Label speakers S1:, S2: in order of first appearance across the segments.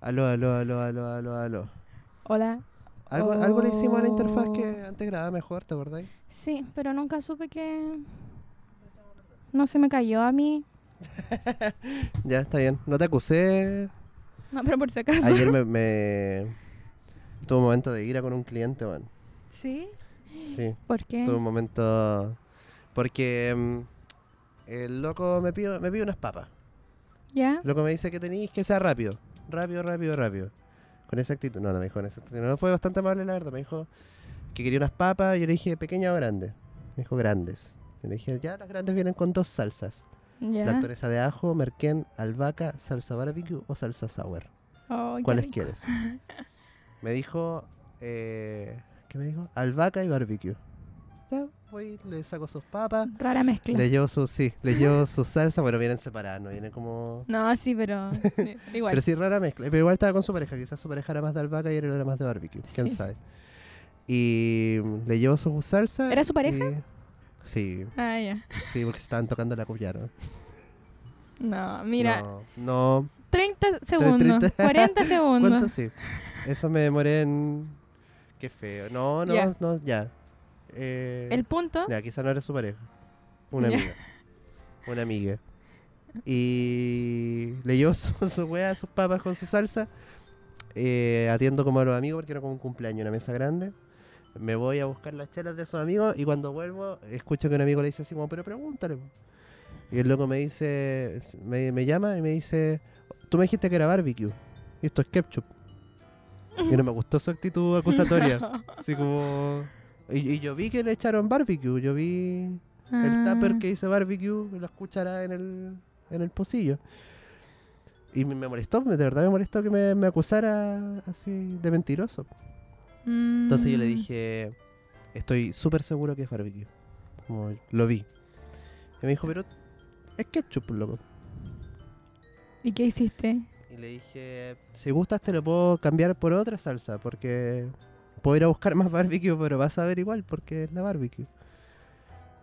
S1: Aló, aló, aló, aló, aló, aló.
S2: Hola.
S1: Algo, algo le hicimos a la interfaz
S2: Oh.
S1: que antes grababa mejor, ¿te acordáis?
S2: Sí, pero nunca supe que... No se me cayó a mí.
S1: Ya, está bien. No te acusé.
S2: No, pero por si acaso.
S1: Ayer me, me- Tuve un momento de ira con un cliente, man.
S2: ¿Sí?
S1: Sí,
S2: ¿Por qué?
S1: tuve un momento... Porque mm, el loco me pide, me pide unas papas.
S2: ¿Ya?
S1: El loco me dice que tenéis que sea rápido. Rápido, rápido, rápido. Con esa actitud. No, no me dijo con esa actitud. No, fue bastante amable, la verdad. Me dijo que quería unas papas. Yo le dije, ¿pequeña o grande? Me dijo, grandes. Yo le dije, ya, las grandes vienen con dos salsas.
S2: ¿Ya?
S1: La actoresa de ajo, merquén, albahaca, salsa barbecue o salsa sour.
S2: Oh, qué
S1: ¿Cuáles
S2: rico.
S1: quieres? Me dijo, eh, ¿qué me dijo? Albahaca y barbecue. Ya, voy, le saco sus papas,
S2: Rara mezcla.
S1: le llevo su, sí, le llevo su salsa, bueno, vienen separadas, no vienen como...
S2: No, sí, pero... eh, Igual.
S1: Pero sí, rara mezcla. Pero igual estaba con su pareja, quizás su pareja era más de albahaca y él era más de barbecue, quién
S2: Sí.
S1: sabe. Y mm, le llevo su salsa.
S2: ¿Era su pareja?
S1: y- Sí,
S2: Ah, ya.
S1: sí, porque se estaban tocando la collar. ¿no?
S2: No, mira.
S1: No, no,
S2: 30 segundos.
S1: 30.
S2: 40 segundos.
S1: ¿Cuánto sí? Eso me demoré en. Qué feo. No, no,
S2: Ya.
S1: no, ya. Eh,
S2: El punto...
S1: Ya, quizá no era su pareja. Una
S2: Ya.
S1: amiga. Una amiga. Y le llevo su, su weá, sus papas con su salsa. Eh, atiendo como a los amigos porque era como un cumpleaños, una mesa grande. Me voy a buscar las chelas de esos amigos y cuando vuelvo escucho que un amigo le dice así como, pero pregúntale. po". Y el loco me dice, me, me llama y me dice, tú me dijiste que era barbecue. Y esto es ketchup. Y no me gustó su actitud acusatoria. Así como... Y, y yo vi que le echaron barbecue, yo vi el tupper
S2: Ah.
S1: que dice barbecue, las cucharas en el, en el pocillo. Y me me molestó, de verdad me molestó que me, me acusara así de mentiroso. Entonces yo le
S2: Mm.
S1: dije, estoy súper seguro que es barbecue. Como lo vi. Y me dijo, pero es ketchup, loco.
S2: ¿Y qué hiciste?
S1: Y le dije, si gustas te lo puedo cambiar por otra salsa, porque puedo ir a buscar más barbecue, pero vas a ver igual, porque es la barbecue.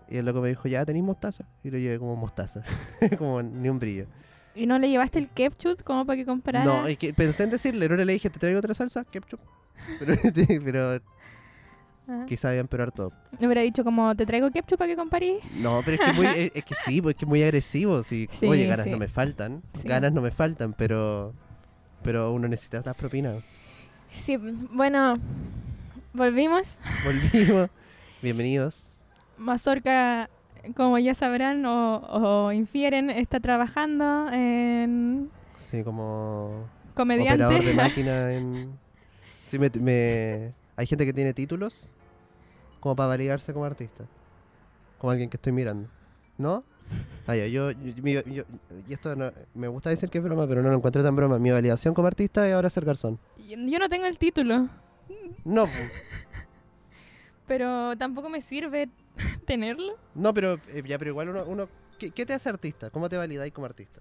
S1: Y el loco me dijo, ya tenéis mostaza. Y lo llevé como mostaza, como ni un brillo.
S2: ¿Y no le llevaste el ketchup como para que comprara?
S1: No, y que pensé en decirle, no le dije, te traigo otra salsa, ketchup. Pero, pero
S2: Ah.
S1: quizá habían empeorar todo.
S2: Me hubiera dicho como, te traigo ketchup para que comparís.
S1: No, pero es que, muy, es, es que sí, pues, es que muy agresivo. Sí.
S2: Sí,
S1: Oye, ganas
S2: sí.
S1: no me faltan,
S2: Sí.
S1: ganas no me faltan, pero, pero uno necesita las propinas.
S2: Sí, bueno, volvimos.
S1: Volvimos. Bienvenidos.
S2: Mazorca, como ya sabrán o, o infieren, está trabajando en
S1: Sí, como operador de
S2: comediante.
S1: máquina en... Sí, me, me- Hay gente que tiene títulos como para validarse como artista. Como alguien que estoy mirando. ¿No? Ah, ya, yo, yo- mi- yo- Y esto no- me gusta decir que es broma, pero no lo encuentro tan broma. Mi validación como artista es ahora ser garzón.
S2: Yo yo no tengo el título,
S1: No, pu-
S2: pero tampoco me sirve tenerlo.
S1: no pero, eh, ya, pero igual uno... uno ¿qué, qué te hace artista? ¿Cómo te validáis como artista?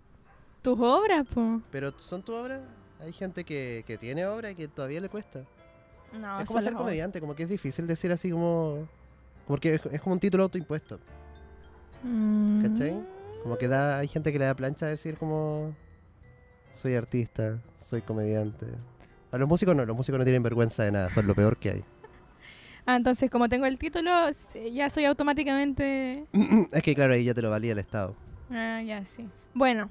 S2: Tus obras, po.
S1: ¿Pero son tu obra? Hay gente que, que tiene obra y que todavía le cuesta.
S2: No,
S1: es como
S2: son
S1: ser
S2: las obras.
S1: comediante, como que es difícil decir así como... Porque es, es como un título autoimpuesto.
S2: Mm.
S1: ¿Cachai? Como que da, hay gente que le da plancha a decir como... Soy artista, soy comediante. A los músicos no, los músicos no tienen vergüenza de nada, son lo peor que hay.
S2: Ah, entonces como tengo el título, sí, ya soy automáticamente...
S1: es que claro, ahí ya te lo valía el Estado.
S2: Ah, ya, sí. Bueno,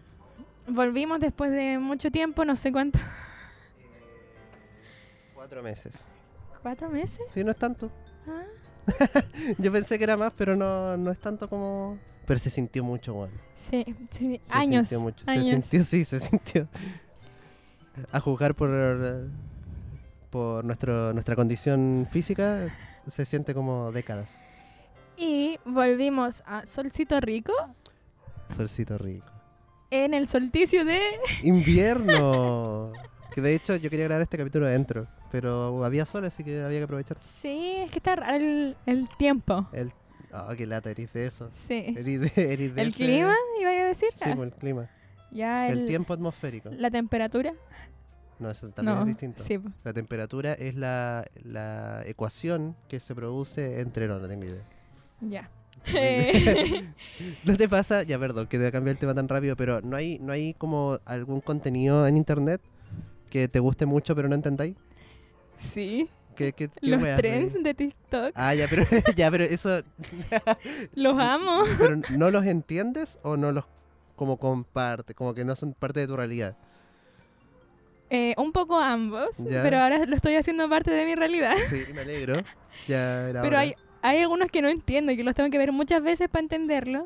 S2: volvimos después de mucho tiempo, no sé cuánto.
S1: Cuatro meses.
S2: ¿Cuatro meses?
S1: Sí, no es tanto.
S2: Ah.
S1: Yo pensé que era más, pero no, no es tanto como... Pero se sintió mucho, bueno.
S2: Sí, sí,
S1: Se
S2: años.
S1: sintió mucho.
S2: años.
S1: Se sintió, sí, se sintió. A juzgar por, eh, por nuestro, nuestra condición física, se siente como décadas.
S2: Y volvimos a Solcito Rico
S1: Solcito rico.
S2: en el solsticio de...
S1: ¡Invierno! que de hecho yo quería grabar este capítulo adentro, pero había sol, así que había que aprovechar
S2: Sí, es que está raro el, el tiempo.
S1: el... Ah, qué lata, eres de eso.
S2: Sí.
S1: Eres de, eres de
S2: ¿El
S1: ese-
S2: clima? ¿Iba a decir? Ah,
S1: Sí, con el clima.
S2: ya
S1: El,
S2: el,
S1: tiempo atmosférico.
S2: ¿La temperatura?
S1: No, eso también
S2: no,
S1: es distinto.
S2: Sí, po.
S1: La temperatura es la, la ecuación que se produce entre... No, no tengo idea.
S2: ya. Eh.
S1: ¿No te pasa? Ya, perdón, que te voy a cambiar el tema tan rápido, pero ¿no hay, no hay como algún contenido en internet que te guste mucho pero no entendáis?
S2: Sí.
S1: ¿Qué, qué, qué
S2: Los
S1: weas,
S2: trends
S1: güey?
S2: de TikTok.
S1: Ah, ya, pero, ya, pero eso...
S2: Los amo.
S1: pero ¿No los entiendes o no los como comparte, como que no son parte de tu realidad?
S2: Eh, un poco ambos,
S1: Ya.
S2: pero ahora lo estoy haciendo parte de mi realidad.
S1: Sí, me alegro. Ya era
S2: Pero
S1: hora.
S2: hay, hay algunos que no entiendo y que los tengo que ver muchas veces para entenderlos.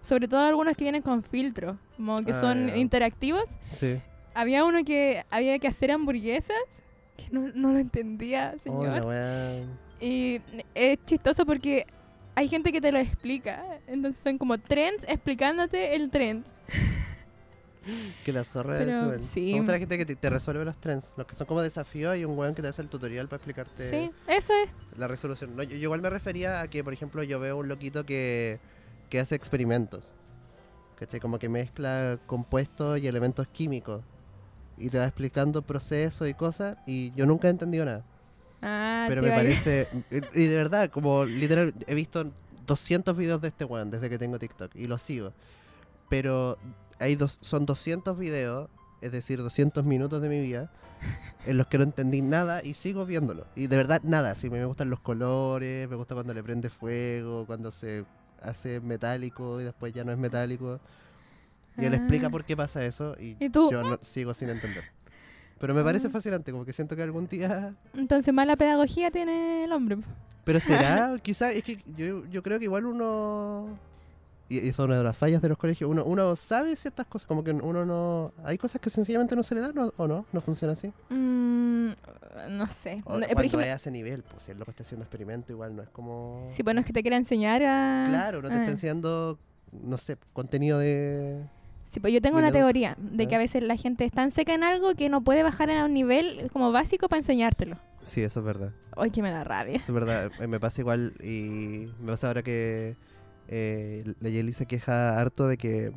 S2: Sobre todo algunos que vienen con filtros, como que
S1: Ah,
S2: son
S1: ya.
S2: interactivos.
S1: Sí.
S2: Había uno que había que hacer hamburguesas, que no, no lo entendía,
S1: Oh, la
S2: señor.
S1: weá.
S2: y es chistoso porque hay gente que te lo explica. Entonces son como trends explicándote el trend.
S1: Que la zorra
S2: Pero,
S1: es weón.
S2: sí.
S1: Me gusta la gente que te, te resuelve los trends. Los que son como desafíos y un weón que te hace el tutorial para explicarte
S2: Sí, eso es.
S1: la resolución. No, yo, yo igual me refería a que, por ejemplo, yo veo un loquito que, que hace experimentos. ¿Cachai? Como que mezcla compuestos y elementos químicos. Y te va explicando procesos y cosas. Y yo nunca he entendido nada.
S2: Ah,
S1: pero
S2: te
S1: me
S2: va a ir-
S1: parece. Y de verdad, como literal, he visto 200 videos de este weón desde que tengo TikTok y lo sigo. Pero hay dos, son 200 videos, es decir, 200 minutos de mi vida, en los que no entendí nada y sigo viéndolo. Y de verdad, nada. Sí, me gustan los colores, me gusta cuando le prende fuego, cuando se hace metálico y después ya no es metálico. Y él explica
S2: Ah.
S1: por qué pasa eso y,
S2: ¿Y tú?
S1: yo no- sigo sin entender. Pero me parece
S2: Ah.
S1: fascinante, como que siento que algún día
S2: Entonces mala pedagogía tiene el hombre. po.
S1: pero será, quizás, es que yo, yo creo que igual uno. Y y eso es una de las fallas de los colegios. Uno, uno sabe ciertas cosas, como que uno no. Hay cosas que sencillamente no se le dan ¿no? o no, no funciona así.
S2: Mm, no sé.
S1: O
S2: No,
S1: Oh,
S2: eh, por
S1: cuando
S2: ejemplo,
S1: es a ese nivel, pues si el loco está haciendo experimento, igual no es como.
S2: si bueno, pues, es que te quiera enseñar a...
S1: claro, no te
S2: Ah.
S1: está enseñando, no sé, contenido de.
S2: Sí, pues yo tengo una
S1: Viene de un-
S2: teoría de que
S1: ¿Ah?
S2: a veces la gente es tan seca en algo que no puede bajar a un nivel como básico para enseñártelo.
S1: Sí, eso es verdad.
S2: Ay, que me da rabia.
S1: Eso es verdad. Eh, Me pasa igual y me pasa ahora que eh, la Yeli se queja harto de que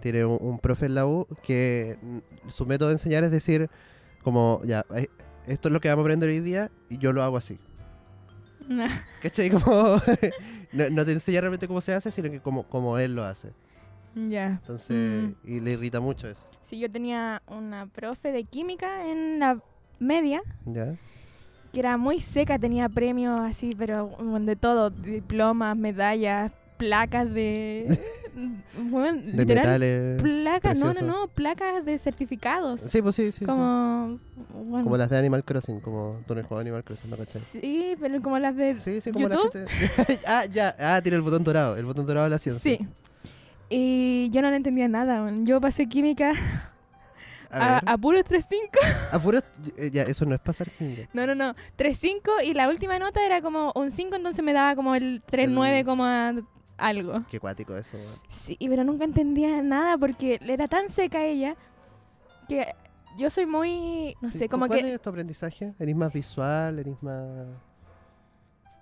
S1: tiene un, un profe en la U que mm, su método de enseñar es decir, como, ya, eh, esto es lo que vamos a aprender hoy día y yo lo hago así.
S2: No.
S1: ¿Cachai? Como, no, no te enseña realmente cómo se hace, sino que como, como él lo hace.
S2: Ya.
S1: Entonces, y le irrita mucho eso.
S2: Sí, yo tenía una profe de química en la media
S1: ¿Ya?
S2: que era muy seca, tenía premios así, pero bueno, de todo, diplomas, medallas, placas de... bueno,
S1: De
S2: literal,
S1: metales.
S2: Placas, no, no,
S1: precioso.
S2: no, placas de certificados.
S1: Sí, pues sí, sí, sí. Como,
S2: como, bueno,
S1: las de Animal Crossing, como tú no juegas Animal Crossing, ¿no cachai?
S2: Sí, pero como las de...
S1: Sí, sí, como
S2: ¿YouTube?
S1: la gente. ah, ya. Ah, tiene el botón dorado. El botón dorado de la
S2: Sí.
S1: ciencia.
S2: Y yo no le entendía nada. weón. Yo pasé química a,
S1: A, ver.
S2: a puro 3.5.
S1: Ah, puro- eh, ya, eso no es pasar jingle.
S2: No, no, no. 3.5 y la última nota era como un 5, entonces me daba como el 3.9,
S1: El-
S2: coma algo.
S1: Qué cuático eso, weón.
S2: Sí, pero nunca entendía nada porque era tan seca ella que yo soy muy, no
S1: Sí,
S2: sé,
S1: ¿cu-
S2: como
S1: ¿Cuál
S2: que...
S1: es tu aprendizaje? ¿Eres más visual? ¿Eres más.?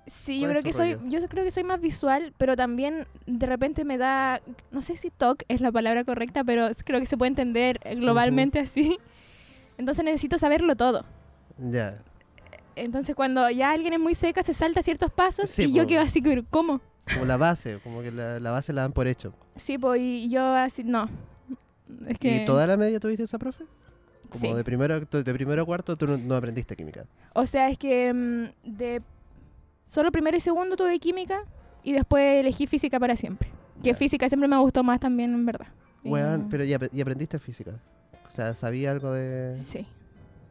S2: Sí, yo
S1: ¿Cuál
S2: creo
S1: es
S2: que
S1: tu
S2: soy,
S1: rollo?
S2: yo creo que soy más visual, pero también de repente me da, no sé si TOC es la palabra correcta, pero es- creo que se puede entender eh, globalmente así. Entonces necesito saberlo todo.
S1: Ya.
S2: Entonces cuando ya alguien es muy seca se salta ciertos pasos
S1: Sí,
S2: y yo
S1: po.
S2: quedo así, pero ¿cómo?
S1: Como la base, como que la, la base la dan por hecho.
S2: Sí, pues y yo así, no. Es que
S1: ¿Y toda la media tuviste esa profe? Como
S2: sí.
S1: de primero tú- de primero a cuarto tú no, no aprendiste química.
S2: O sea, es que mm, de solo primero y segundo tuve química y después elegí física para siempre. Que
S1: Ya.
S2: Mm. física siempre me gustó más también, en verdad. Y
S1: Weón,
S2: no-
S1: pero ya, y aprendiste física. O sea, sabía algo de.
S2: Sí.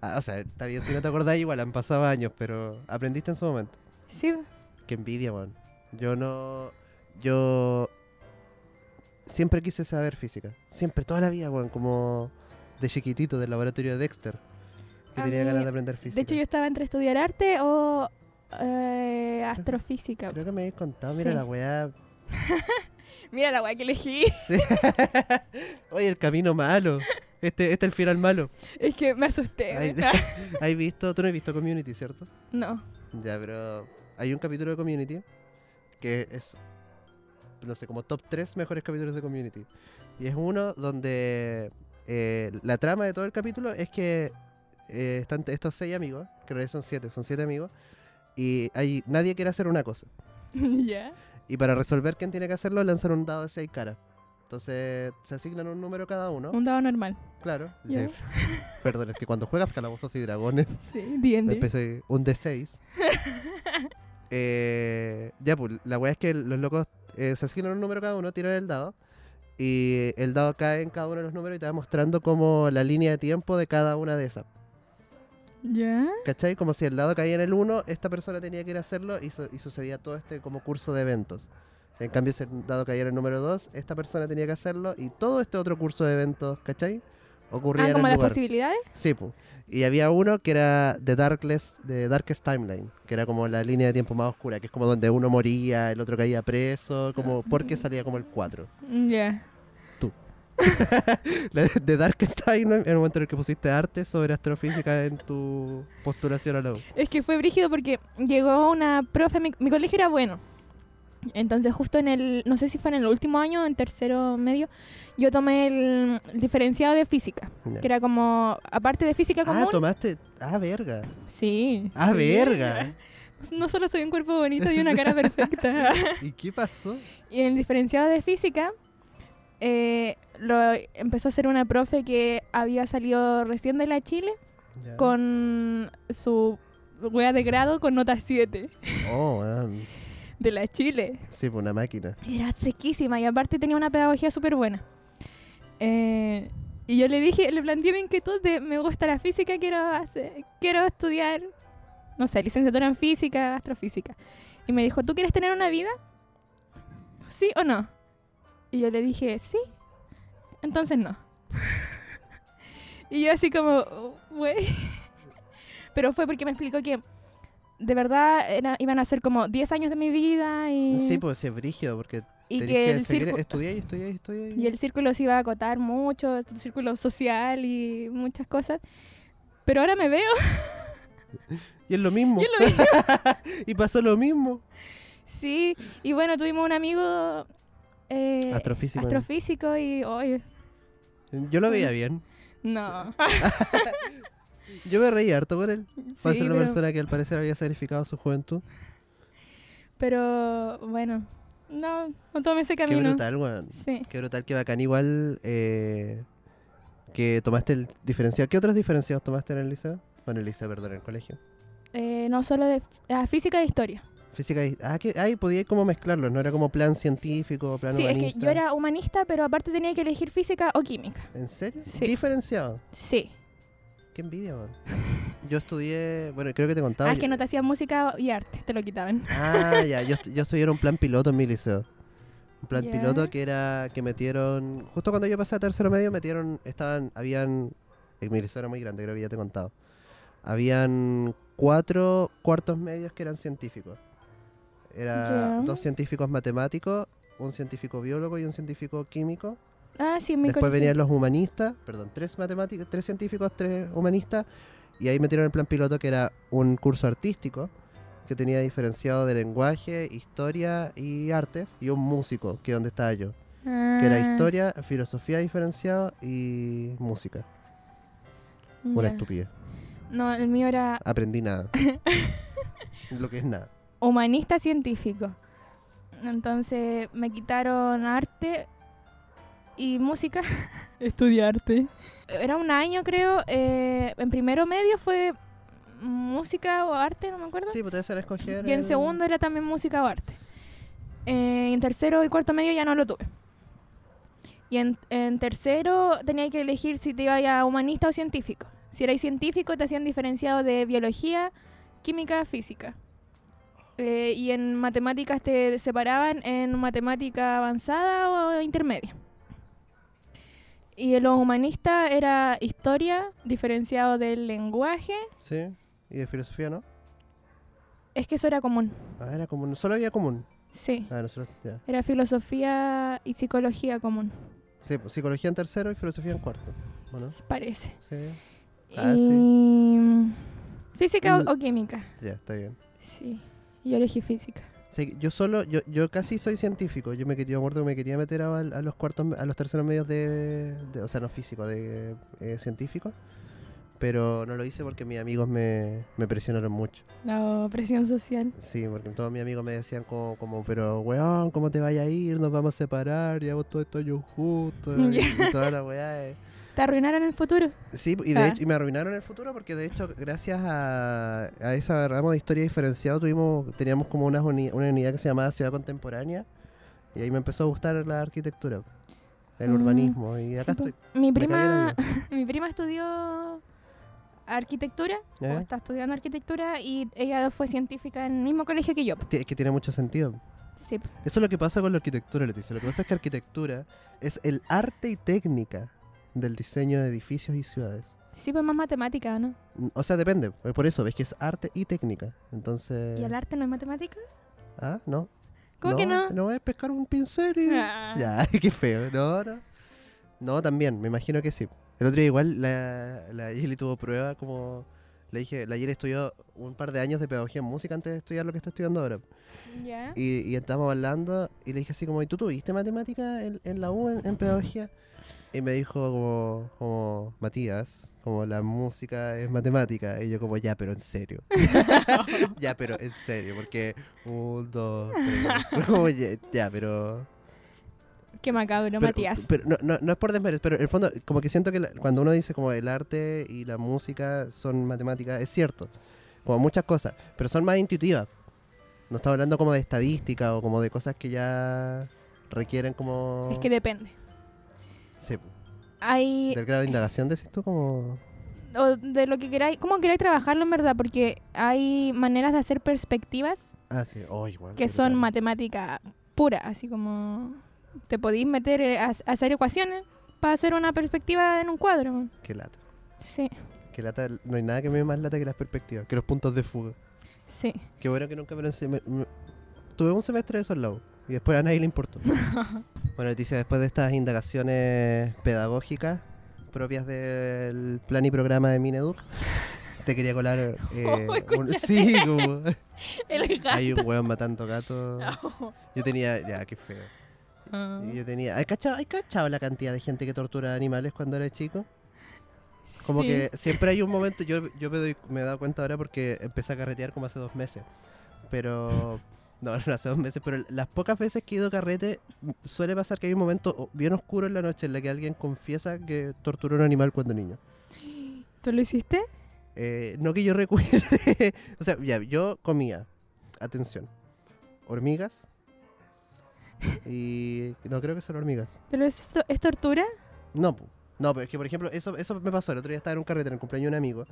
S1: Ah, o sea, está bien, si no te acordás, igual han pasado años, pero aprendiste en su momento.
S2: Sí.
S1: Qué envidia, weón. Yo no. Yo. Siempre quise saber física. Siempre, toda la vida, weón. Como de chiquitito, del laboratorio de Dexter. Que
S2: A
S1: tenía
S2: mí-
S1: ganas de aprender física.
S2: De hecho, yo estaba entre estudiar arte o eh, astrofísica.
S1: Creo que me habéis contado, mira
S2: Sí.
S1: la weá.
S2: Mira la weá que elegí.
S1: Sí. Oye, el camino malo. Este, este es el final malo.
S2: Es que me asusté.
S1: Ay,
S2: ¿verdad?
S1: ¿Has visto? Tú no has visto Community, ¿cierto?
S2: no.
S1: Ya, pero hay un capítulo de Community que es, no sé, como top 3 mejores capítulos de Community. Y es uno donde eh, la trama de todo el capítulo es que eh, están t- estos seis amigos, que en realidad son siete, son siete amigos, y hay, nadie quiere hacer una cosa.
S2: ya.
S1: Y para resolver quién tiene que hacerlo, lanzan un dado de seis caras. Entonces se asignan un número cada uno.
S2: Un dado normal.
S1: Claro.
S2: Ya.
S1: Sí. Perdón, es que cuando juegas Calabozos y Dragones,
S2: Sí,
S1: de
S2: D&D.
S1: PC, un D6. Eh, ya, pues la weá es que los locos eh, se asignan un número cada uno, tiran el dado. Y el dado cae en cada uno de los números y te va mostrando como la línea de tiempo de cada una de esas.
S2: ¿Ya?
S1: ¿Cachai? Como si el dado caía en el 1, esta persona tenía que ir a hacerlo y, su- y sucedía todo este como curso de eventos. En cambio, si el dado caía en el número 2, esta persona tenía que hacerlo y todo este otro curso de eventos, ¿cachai? Ocurría
S2: Ah,
S1: en
S2: como
S1: el
S2: las
S1: lugar.
S2: posibilidades.
S1: Sí, pu. y había uno que era The Darkest, The Darkest Timeline, que era como la línea de tiempo más oscura, que es como donde uno moría, el otro caía preso, como porque salía como el 4.
S2: Mm, Ya.
S1: La de The Darkest Timeline era el momento en el que pusiste arte sobre astrofísica en tu postulación a la U.
S2: Es que fue brígido porque llegó una profe, mi, mi colegio era bueno. Entonces justo en el, no sé si fue en el último año, en tercero medio, yo tomé el diferenciado de física,
S1: Ya.
S2: que era como, aparte de física
S1: Ah,
S2: común.
S1: tomaste. Ah, verga.
S2: sí.
S1: Ah,
S2: sí.
S1: verga.
S2: No solo soy un cuerpo bonito y una cara perfecta.
S1: ¿Y qué pasó?
S2: Y en el diferenciado de física eh, lo empezó a hacer una profe que había salido recién de la Chile
S1: Ya.
S2: con su wea de grado con nota 7
S1: Oh, weón.
S2: de la Chile.
S1: Sí, pues una máquina.
S2: Era sequísima y aparte tenía una pedagogía súper buena. Eh, y yo le dije, le planteé mi inquietud de me gusta la física, quiero, hacer, quiero estudiar, no sé, licenciatura en física, astrofísica. Y me dijo, ¿tú quieres tener una vida? ¿Sí o no? Y yo le dije, sí. Entonces no. y yo así como, güey. Pero fue porque me explicó que de verdad era- iban a ser como 10 años de mi vida y
S1: Sí, pues sí, es brígido, porque
S2: y
S1: tenés
S2: que,
S1: que
S2: el
S1: seguir.
S2: círculo,
S1: Estudiar y estudiar y estudiar.
S2: y el círculo se iba a acotar mucho, tu círculo social y muchas cosas. Pero ahora me veo
S1: Y es lo mismo.
S2: y es lo mismo.
S1: Y pasó lo mismo.
S2: Sí, y bueno, tuvimos un amigo eh,
S1: Astrofísico.
S2: astrofísico y hoy
S1: Yo lo veía bien.
S2: no.
S1: Yo me reía harto con él. Para
S2: Sí,
S1: ser una
S2: pero,
S1: persona que al parecer había sacrificado su juventud.
S2: pero, bueno, no, no tomé ese
S1: Qué
S2: camino.
S1: brutal, weón.
S2: Sí.
S1: Qué brutal, qué bacán. Igual eh, que tomaste el diferenciado. ¿Qué otros diferenciados tomaste en el liceo? Bueno, el liceo, perdón, en el colegio.
S2: Eh, no solo de ah, física e historia.
S1: Física y... Ah, que ahí podía como mezclarlos, no era como plan científico, plan
S2: sí,
S1: humanista.
S2: es que yo era humanista, pero aparte tenía que elegir física o química.
S1: ¿En serio?
S2: Sí.
S1: Diferenciado.
S2: Sí.
S1: Qué envidia, man. Yo estudié... Bueno, creo que te contaba.
S2: Ah, es
S1: yo-
S2: que no te hacían música y arte, te lo quitaban.
S1: Ah, ya, yo, estu- yo estudié en un plan piloto en mi liceo. Un plan
S2: Ya.
S1: piloto que era que metieron, justo cuando yo pasé a tercero medio, metieron, estaban, habían, en mi liceo era muy grande, creo que ya te he contado. Habían cuatro cuartos medios que eran científicos. Era
S2: Ya.
S1: dos científicos matemáticos, un científico biólogo y un científico químico.
S2: Ah, sí, en mi
S1: Después
S2: colegio.
S1: venían los humanistas, perdón, tres matemáticos, tres científicos, tres humanistas, y ahí metieron el plan piloto que era un curso artístico que tenía diferenciado de lenguaje, historia y artes, y un músico, que donde estaba yo, que era
S2: Ah,
S1: historia, filosofía diferenciado y música. Una
S2: ya.
S1: estupidez.
S2: No, el mío era
S1: Aprendí nada. Lo que es nada.
S2: humanista científico. Entonces me quitaron arte y música. Estudiarte. Era un año, creo. eh, en primero medio fue música o arte, no me acuerdo.
S1: Sí, pues te hacen escoger.
S2: y en
S1: el-
S2: segundo era también música o arte. Eh, en tercero y cuarto medio ya no lo tuve. Y en, en tercero tenía que elegir si te iba a humanista o científico. Si erais científico te hacían diferenciado de biología, química, física. Eh, y en matemáticas te separaban en matemática avanzada o intermedia. Y en los humanistas era historia, diferenciado del lenguaje.
S1: Sí. Y de filosofía, ¿no?
S2: Es que eso era común.
S1: Ah, era común. Solo había común.
S2: Sí.
S1: Ah, nosotros. Ya.
S2: Era filosofía y psicología común,
S1: Sí, pues, psicología en tercero y filosofía en cuarto. ¿o no?
S2: s- parece.
S1: Sí. Ah, sí.
S2: Y, mm, Física o-
S1: L-
S2: o, química.
S1: Ya, está bien.
S2: Sí. Yo elegí física.
S1: Sí, yo solo, yo, yo casi soy científico. Yo me quería, yo me acuerdo que me quería meter a, a los cuartos, a los terceros medios de, de- o sea, no físico, de eh, científico. pero no lo hice porque mis amigos me, me presionaron mucho.
S2: La presión social.
S1: Sí, porque todos mis amigos me decían como, como, pero weón, ¿cómo te vaya a ir? Nos vamos a separar, ya vos todo esto yo justo, y, y toda la weá. eh.
S2: Te arruinaron el futuro.
S1: Sí, y, de
S2: Ah.
S1: hecho- y me arruinaron el futuro porque de hecho, gracias a, a esa rama de historia diferenciado, tuvimos, teníamos como una, una unidad que se llamaba Ciudad Contemporánea, y ahí me empezó a gustar la arquitectura, el
S2: Ah,
S1: urbanismo, y acá
S2: Sí, po.
S1: estoy. me caí
S2: Mi prima,
S1: en la
S2: mi prima estudió arquitectura,
S1: ¿Eh?
S2: o está estudiando arquitectura, y ella fue científica en el mismo colegio que yo. po.
S1: Ti- Es que tiene mucho sentido.
S2: Sí, pues. po.
S1: Eso es lo que pasa con la arquitectura, Leticia. Lo que pasa es que arquitectura es el arte y técnica del diseño de edificios y ciudades.
S2: sí pues más matemática, ¿o ¿no?
S1: Mm, O sea, depende. eh, Por eso, ves que es arte y técnica. Entonces...
S2: ¿Y el arte no es matemática?
S1: Ah, no.
S2: ¿Cómo que no?
S1: es pescar un pincel y...
S2: Ah.
S1: Ya, qué feo. No, no. No, también, me imagino que sí. El otro día igual la, la Yeli tuvo prueba como... Le dije, la Yeli estudió un par de años de pedagogía en música antes de estudiar lo que está estudiando ahora.
S2: Ya.
S1: Y, y estábamos hablando y le dije así como, ¿y tú tuviste matemática en, en la U, en, en pedagogía? Y me dijo como, como, Matías, como la música es matemática. Y yo como, ya, pero en serio. ya, pero en serio, porque un, dos, tres. como, ya, ya, pero...
S2: Qué macabro,
S1: pero-
S2: Matías.
S1: Pero, no, no, no es por desmerecer, pero en el fondo como que siento que la- cuando uno dice como el arte y la música son matemáticas, es cierto, como muchas cosas, pero son más intuitivas. No estamos hablando como de estadística o como de cosas que ya requieren como...
S2: Es que depende.
S1: Sí,
S2: Hay,
S1: del grado de indagación, decís tú como...
S2: o de lo que queráis, cómo queráis trabajarlo en verdad, porque hay maneras de hacer perspectivas
S1: Ah, sí, oh, igual.
S2: que son matemática pura, así como te podéis meter eh, a, a hacer ecuaciones para hacer una perspectiva en un cuadro.
S1: Qué lata.
S2: Sí,
S1: Qué lata, no hay nada que me dé más lata que las perspectivas, que los puntos de fuga.
S2: sí.
S1: Qué bueno que nunca me lo enseñé. Tuve un semestre de eso en la U, y después a nadie le importó. bueno, Leticia, después de estas indagaciones pedagógicas propias del plan y programa de Mineduc, te quería colar. eh,
S2: Oh,
S1: un,
S2: escúchate.
S1: sí, como.
S2: El gato.
S1: Hay un hueón matando gatos. Yo tenía. Ya, qué feo.
S2: Ah.
S1: Y Yo tenía. ¿Has cachado, ¿Has cachado la cantidad de gente que tortura animales cuando era chico? Como que siempre hay un momento, yo, yo me, doy, me he dado cuenta ahora porque empecé a carretear como hace dos meses. Pero... No, no hace dos meses, pero las pocas veces que he ido a carrete m- suele pasar que hay un momento o- bien oscuro en la noche en la que alguien confiesa que torturó a un animal cuando niño.
S2: ¿Tú lo hiciste?
S1: Eh, no que yo recuerde. o sea, ya, yo comía, atención, hormigas. Y no creo que son hormigas.
S2: ¿Pero es, to- es tortura?
S1: No, po. no, pero es que por ejemplo, eso, eso me pasó. El otro día estaba en un carrete en el cumpleaños de un amigo.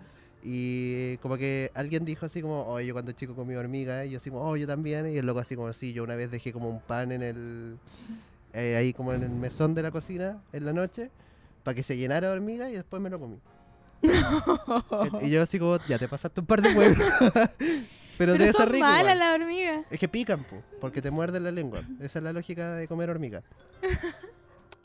S1: Y como que alguien dijo así como, oye, yo cuando chico comí hormiga, y yo así como, oh, yo también. Y el loco así como, sí, yo una vez dejé como un pan en el. eh, ahí como en el mesón de la cocina en la noche, para que se llenara de hormiga y después me lo comí.
S2: Oh.
S1: Y yo así como, ya te pasaste un par de huevos. pero debe ser rico.
S2: mala
S1: igual.
S2: la hormiga.
S1: Es que pican, po, porque te muerden la lengua. Esa es la lógica de comer hormiga.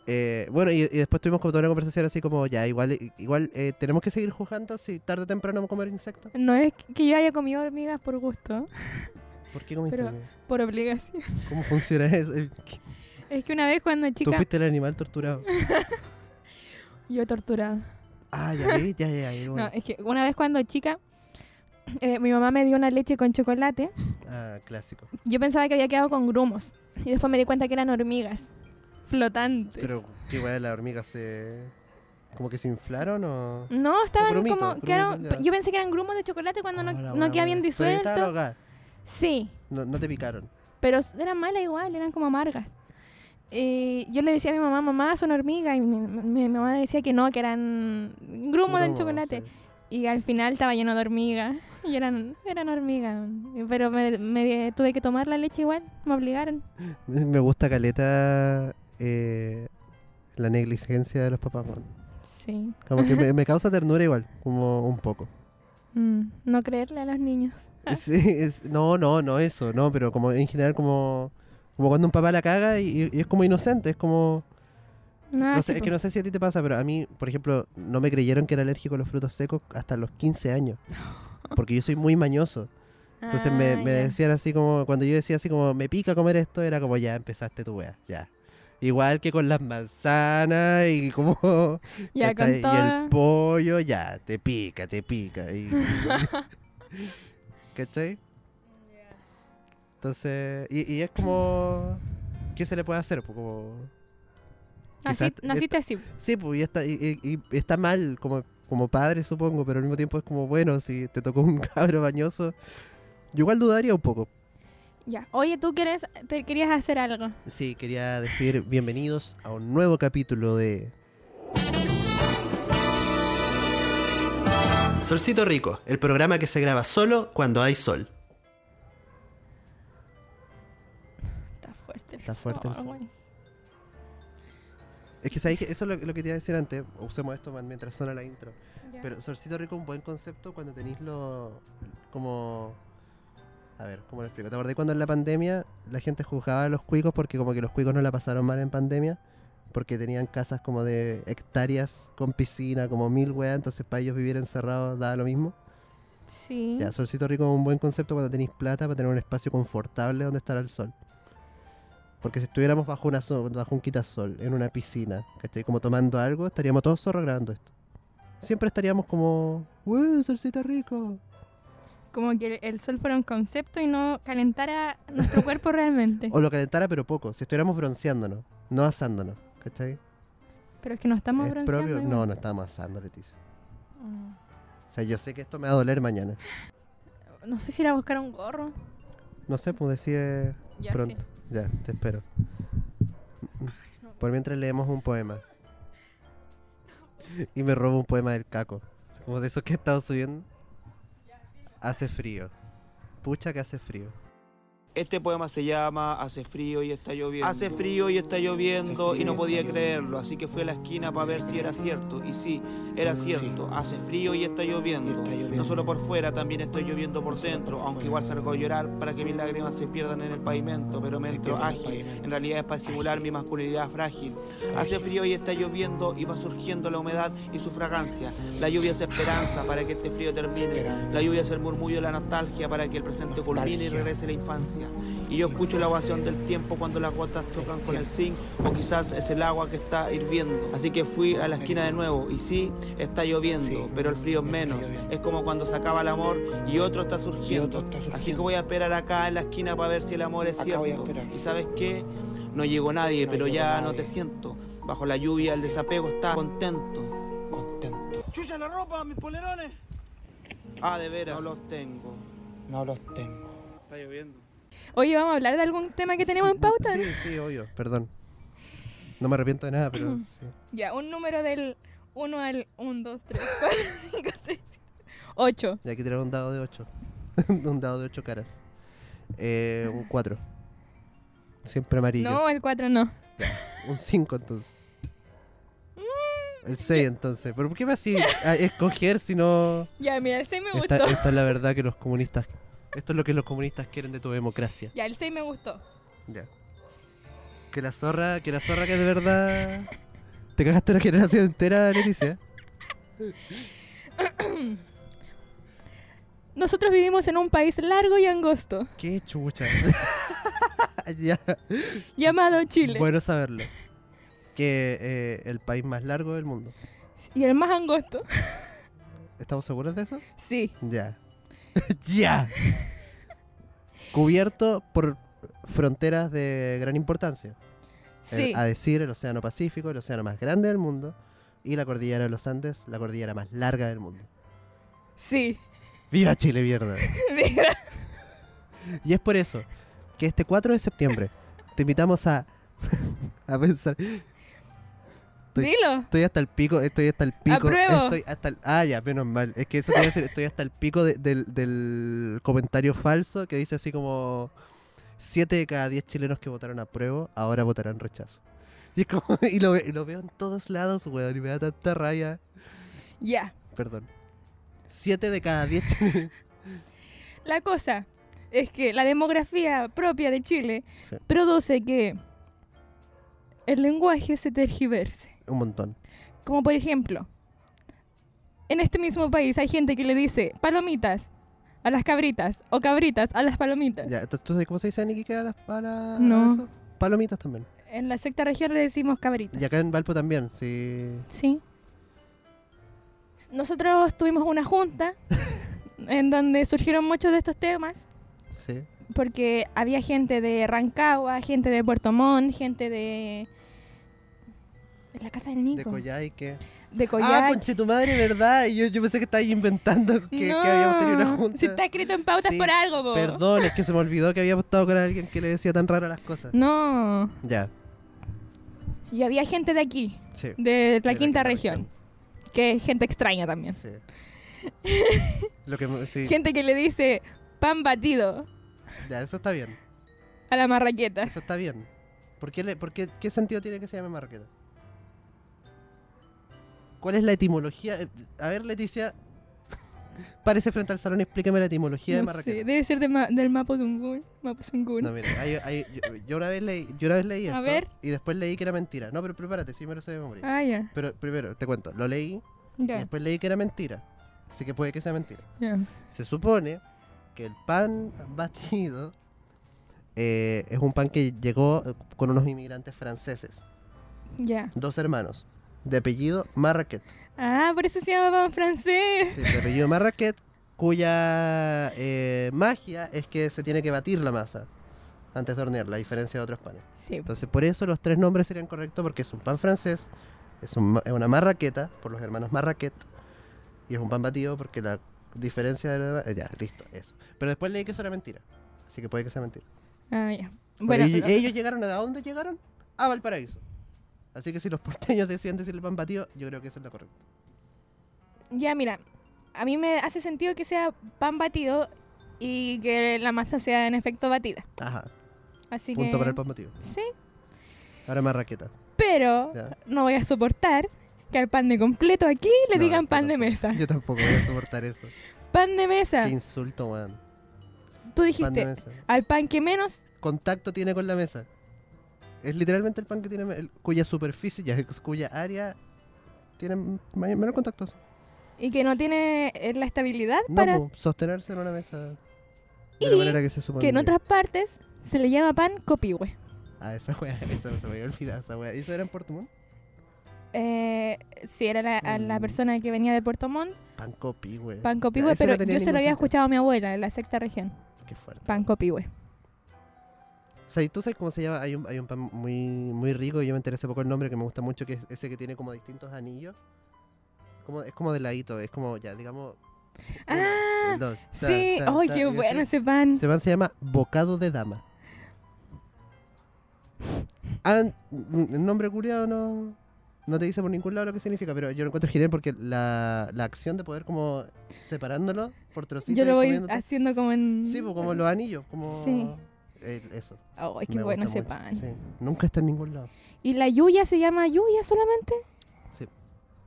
S1: Eh, bueno, y, y después tuvimos como toda una conversación así como, ya, igual igual eh, tenemos que seguir juzgando si tarde o temprano vamos a comer insectos.
S2: No es que yo haya comido hormigas por gusto,
S1: ¿Por qué comiste
S2: Pero-
S1: hormiga?
S2: por obligación.
S1: ¿Cómo funciona eso? Eh, ¿qué-
S2: Es que una vez cuando
S1: Tú
S2: chica,
S1: fuiste el animal torturado.
S2: yo torturada.
S1: Ah, ya, vi, ya, ya, ya, bueno.
S2: No, es que una vez cuando chica, eh, mi mamá me dio una leche con chocolate.
S1: Ah, clásico.
S2: Yo pensaba que había quedado con grumos. Y después me di cuenta que eran hormigas. Flotantes.
S1: Pero, ¿qué weá, las hormigas se... como que se inflaron o...?
S2: no, estaban
S1: grumito,
S2: como.
S1: grumito,
S2: quedaron-
S1: ya.
S2: yo pensé que eran grumos de chocolate cuando
S1: Ah,
S2: no,
S1: la
S2: no
S1: weá,
S2: queda bien
S1: weón. Pero ya estaban
S2: disuelto.
S1: ahogadas.
S2: Sí,
S1: No, no te picaron.
S2: pero s- eran malas igual, eran como amargas. Eh, yo le decía a mi mamá, mamá, son hormigas. Y mi, mi- mi mamá decía que no, que eran grumos del
S1: Grumo,
S2: chocolate.
S1: sí.
S2: Y al final estaba lleno de hormigas. Y eran, eran hormigas. Pero me, me tuve que tomar la leche igual, me obligaron.
S1: Me me gusta caleta eh, la negligencia de los papás. weón.
S2: Sí.
S1: Como que me, me causa ternura igual, como un poco.
S2: Mm, no creerle a los niños.
S1: Sí, es- no, no, no eso, no, pero como en general como, como cuando un papá la caga y, y es como inocente, es como...
S2: Ah,
S1: no
S2: sí,
S1: sé, es
S2: po.
S1: que no sé si a ti te pasa, pero a mí, por ejemplo, no me creyeron que era alérgico a los frutos secos hasta los 15 años. Porque yo soy muy mañoso. Entonces me,
S2: Ah,
S1: me
S2: ya.
S1: decían así como, cuando yo decía así como, me pica comer esto, era como, ya empezaste tu wea, ya. Igual que con las manzanas y como
S2: Ya
S1: ¿cachai?
S2: con
S1: y
S2: toda-
S1: el pollo, ya, te pica, te pica. Y, ¿Cachai? Entonces, y, y es como, ¿qué se le puede hacer? Pues como,
S2: Nací-
S1: quizás-
S2: naciste así.
S1: sí, pues y está, y, y- y está mal como, como padre, supongo, pero al mismo tiempo es como, bueno, si te tocó un cabro bañoso, yo igual dudaría un poco.
S2: Ya. Oye, tú quieres, te querías hacer algo.
S1: Sí, quería decir bienvenidos a un nuevo capítulo de... Solcito Rico, el programa que se graba solo cuando hay sol.
S2: Está fuerte. el
S1: Está fuerte el
S2: sol,
S1: sol.
S2: güey.
S1: Es que sabéis que eso es lo, lo que te iba a decir antes, usemos esto man- mientras suena la intro.
S2: Ya.
S1: Pero Solcito Rico es un buen concepto cuando tenéis lo... como... A ver, ¿cómo lo explico? ¿Te acordás cuando en la pandemia la gente juzgaba a los cuicos porque como que los cuicos no la pasaron mal en pandemia? Porque tenían casas como de hectáreas con piscina, como mil weas, entonces para ellos vivir encerrados daba lo mismo.
S2: Sí.
S1: Ya, solcito rico es un buen concepto cuando tenéis plata para tener un espacio confortable donde estar al sol. Porque si estuviéramos bajo, una so- bajo un quitasol, en una piscina, ¿cachai? Como tomando algo, estaríamos todos zorros grabando esto. Siempre estaríamos como, ¡Wow, solcito rico!
S2: Como que el sol fuera un concepto y no calentara nuestro cuerpo realmente.
S1: O lo calentara, pero poco. Si estuviéramos bronceándonos, no asándonos, ¿cachai?
S2: Pero es que no estamos
S1: Es
S2: bronceando.
S1: propio.
S2: igual.
S1: No, no estábamos asando, Leticia.
S2: Mm.
S1: O sea, yo sé que esto me va a doler mañana.
S2: No sé si ir a buscar un gorro.
S1: No sé, pues decir
S2: Ya sí.
S1: pronto. Ya, te espero. Por mientras leemos un poema. Y me robo un poema del caco. Como de esos que he estado subiendo. Hace frío. Pucha que hace frío.
S3: Este poema se llama Hace frío y está lloviendo. Hace frío y está lloviendo y no podía creerlo, así que fui a la esquina para ver si era cierto. Y sí, era cierto. Hace frío y está lloviendo. No solo por fuera, también estoy lloviendo por dentro, aunque igual salgo a llorar para que mis lágrimas se pierdan en el pavimento, pero me entro ágil. En realidad es para simular mi masculinidad frágil. Hace frío y está lloviendo y va surgiendo la humedad y su fragancia. La lluvia es esperanza para que este frío termine. La lluvia es el murmullo de la nostalgia para que el presente culmine y regrese la infancia. Y yo escucho la ovación del tiempo cuando las gotas chocan con el zinc o quizás es el agua que está hirviendo. Así que fui a la esquina de nuevo y sí, está lloviendo, pero el frío es menos. Es como cuando se acaba el amor y otro está surgiendo. Así que voy a esperar acá en la esquina para ver si el amor es cierto. Y sabes qué, no llegó nadie, pero ya no te siento. Bajo la lluvia el desapego está contento.
S4: contento.
S3: Chucha la ropa, mis polerones. Ah, de veras. No los tengo.
S4: No los tengo.
S3: Está lloviendo.
S2: Oye, vamos a hablar de algún tema que tenemos
S1: Sí,
S2: en pauta.
S1: Sí, sí, obvio. Perdón. No me arrepiento de nada, pero sí.
S2: Ya, un número del 1 al 1, 2, 3, 4, 5, 6, 8.
S1: Y hay que tirar un dado de 8. un dado de 8 caras. Eh, un 4. Siempre amarillo.
S2: No, el 4 no.
S1: Un 5 entonces.
S2: Mm,
S1: El 6 entonces. ¿Pero por qué me así a escoger si no...
S2: Ya, mira, el 6 me
S1: Esta,
S2: gustó.
S1: esta es la verdad que los comunistas. Esto es lo que los comunistas quieren de tu democracia.
S2: Ya, el 6 me gustó.
S1: Ya. Que la zorra, que la zorra que de verdad. Te cagaste una generación entera, Leticia.
S2: Nosotros vivimos en un país largo y angosto,
S1: Qué chucha. ya.
S2: llamado Chile.
S1: Bueno saberlo. Que eh, el país más largo del mundo.
S2: Y el más angosto.
S1: ¿Estamos seguros de eso?
S2: Sí.
S1: Ya. ya. Cubierto por fronteras de gran importancia. el-
S2: Sí.
S1: a decir el Océano Pacífico, el océano más grande del mundo, y la cordillera de los Andes, la cordillera más larga del mundo.
S2: Sí.
S1: ¡Viva Chile, mierda!
S2: Mira.
S1: y es por eso que este 4 de septiembre te invitamos a, a pensar. Estoy-
S2: Dilo.
S1: Estoy hasta el pico, estoy hasta el pico.
S2: Apruebo.
S1: Estoy hasta el- ah, ya, menos mal. Es que eso te iba a decir, estoy hasta el pico de- del, del comentario falso que dice así como 7 de cada 10 chilenos que votaron apruebo ahora votarán rechazo. Y, es como- y lo, ve- y lo veo en todos lados, weón, y me da tanta rabia.
S2: Ya.
S1: Perdón. 7 de cada 10 chilenos.
S2: La cosa es que la demografía propia de Chile
S1: Sí.
S2: produce que el lenguaje se tergiverse.
S1: Un montón.
S2: Como por ejemplo, en este mismo país hay gente que le dice palomitas a las cabritas o cabritas a las palomitas.
S1: Ya, entonces, ¿tú sabes cómo se dice en Iquique a las a la- a
S2: No.
S1: eso? Palomitas también.
S2: En la sexta región le decimos cabrito.
S1: Y acá en Valpo también, sí.
S2: Sí. Nosotros tuvimos una junta en donde surgieron muchos de estos temas,
S1: sí.
S2: porque había gente de Rancagua, gente de Puerto Montt, gente de. de la casa del
S1: De
S2: Nico.
S1: Coyhaique.
S2: De
S1: Ah,
S2: Coyac.
S1: conche tu madre, ¿verdad? Y Yo, yo pensé que estabas inventando que, que habíamos tenido una
S2: No,
S1: junta.
S2: Si está escrito en pautas
S1: Sí,
S2: por algo, po.
S1: Perdón, es que se me olvidó que habíamos estado con alguien que le decía tan raro las cosas.
S2: No.
S1: Ya,
S2: Y había gente de aquí,
S1: sí.
S2: de la
S1: la
S2: quinta
S1: quinta
S2: región, que es gente extraña también.
S1: sí. Lo que me- sí,
S2: Gente que le dice pan batido
S1: ya, eso está bien.
S2: a la marraqueta.
S1: Eso está bien. ¿Por qué, le- por qué- qué sentido tiene que se llame marqueta? ¿Cuál es la etimología? Eh, A ver, Leticia. Parece frente al salón, explícame la etimología de
S2: No
S1: marraqueta.
S2: sé, debe ser de ma- del Mapudungun. Mapuzungún.
S1: No, mira, hay- hay- yo, yo una vez leí, yo una vez leí
S2: A
S1: esto
S2: ver.
S1: y después leí que era mentira. No, pero prepárate, sí me lo sé de memoria.
S2: Ah, ya.
S1: Pero primero, te cuento, lo leí y
S2: Ya.
S1: después leí que era mentira. Así que puede que sea mentira.
S2: ya.
S1: Se supone que el pan batido eh, es un pan que llegó eh, con unos inmigrantes franceses,
S2: Ya.
S1: dos hermanos, de apellido Marraquet.
S2: Ah, por eso se llama pan francés.
S1: Sí, de apellido Marraquet, cuya eh, magia es que se tiene que batir la masa antes de hornearla, a diferencia de otros panes.
S2: Sí.
S1: Entonces, por eso los tres nombres serían correctos, porque es un pan francés, es, un ma- es una marraqueta, por los hermanos Marraquet, y es un pan batido, porque la diferencia de la... eh, Ya, listo, eso. Pero después leí que eso era mentira, así que puede que sea mentira.
S2: Ah, ya.
S1: Bueno,
S2: Bueno,
S1: ellos,
S2: lo-
S1: ellos llegaron, ¿a dónde llegaron? A Valparaíso. Así que si los porteños decían decirle pan batido, yo creo que eso es lo correcto.
S2: ya mira, a mí me hace sentido que sea pan batido y que la masa sea en efecto batida.
S1: Ajá,
S2: Así
S1: punto
S2: que
S1: para el pan batido.
S2: Sí,
S1: Ahora marraqueta.
S2: pero
S1: Ya.
S2: no voy a soportar que al pan de completo aquí le
S1: No,
S2: digan
S1: yo
S2: pan de
S1: tampoco-
S2: mesa.
S1: Yo tampoco voy a soportar eso.
S2: Pan de mesa.
S1: Qué insulto, man. Pan
S2: Tú
S1: de
S2: dijiste
S1: mesa.
S2: al pan que menos
S1: contacto tiene con la mesa. Es literalmente el pan que tiene, el- cuya superficie, ya, cuya área tiene may- menos contactos.
S2: y que no tiene eh, la estabilidad
S1: No,
S2: para
S1: po, pues, sostenerse en una mesa de
S2: Y
S1: la manera que se supone.
S2: que en otras partes se le llama pan copihue.
S1: Ah, esa wea, esa se me había olvidado, esa wea. ¿Y eso era en Puerto Montt?
S2: Eh, si era la, a la
S1: Mm.
S2: persona que venía de Puerto Montt,
S1: Pan copi, wey.
S2: pan
S1: Ya,
S2: copihue,
S1: ese
S2: pero
S1: no tenía
S2: yo se
S1: ningún
S2: lo había
S1: sentido.
S2: escuchado a mi abuela en la sexta región.
S1: Qué fuerte.
S2: Pan copihue.
S1: O sea, ¿y ¿tú sabes cómo se llama? Hay un, hay un pan muy, muy rico y yo me enteré hace poco el nombre que me gusta mucho, que es ese que tiene como distintos anillos. Como, es como de ladito, es como, ya, digamos... uno,
S2: Ah,
S1: el dos, ta,
S2: Sí,
S1: ta,
S2: ¡ay,
S1: ta, y
S2: qué
S1: así.
S2: bueno ese pan!
S1: Ese pan se llama Bocado de Dama. Ah, mm, el nombre curiado no, no te dice por ningún lado lo que significa, pero yo lo encuentro genial porque la, la acción de poder como separándolo por trocitos.
S2: Yo
S1: y
S2: lo voy
S1: comiéndote-
S2: haciendo como en...
S1: Sí, pues, como los anillos, como...
S2: Sí.
S1: el- eso.
S2: ¡Ay,
S1: me
S2: qué bueno
S1: gusta
S2: ese
S1: mucho,
S2: pan!
S1: sí. Nunca está en ningún lado.
S2: ¿Y la yuya se llama yuya solamente?
S1: Sí.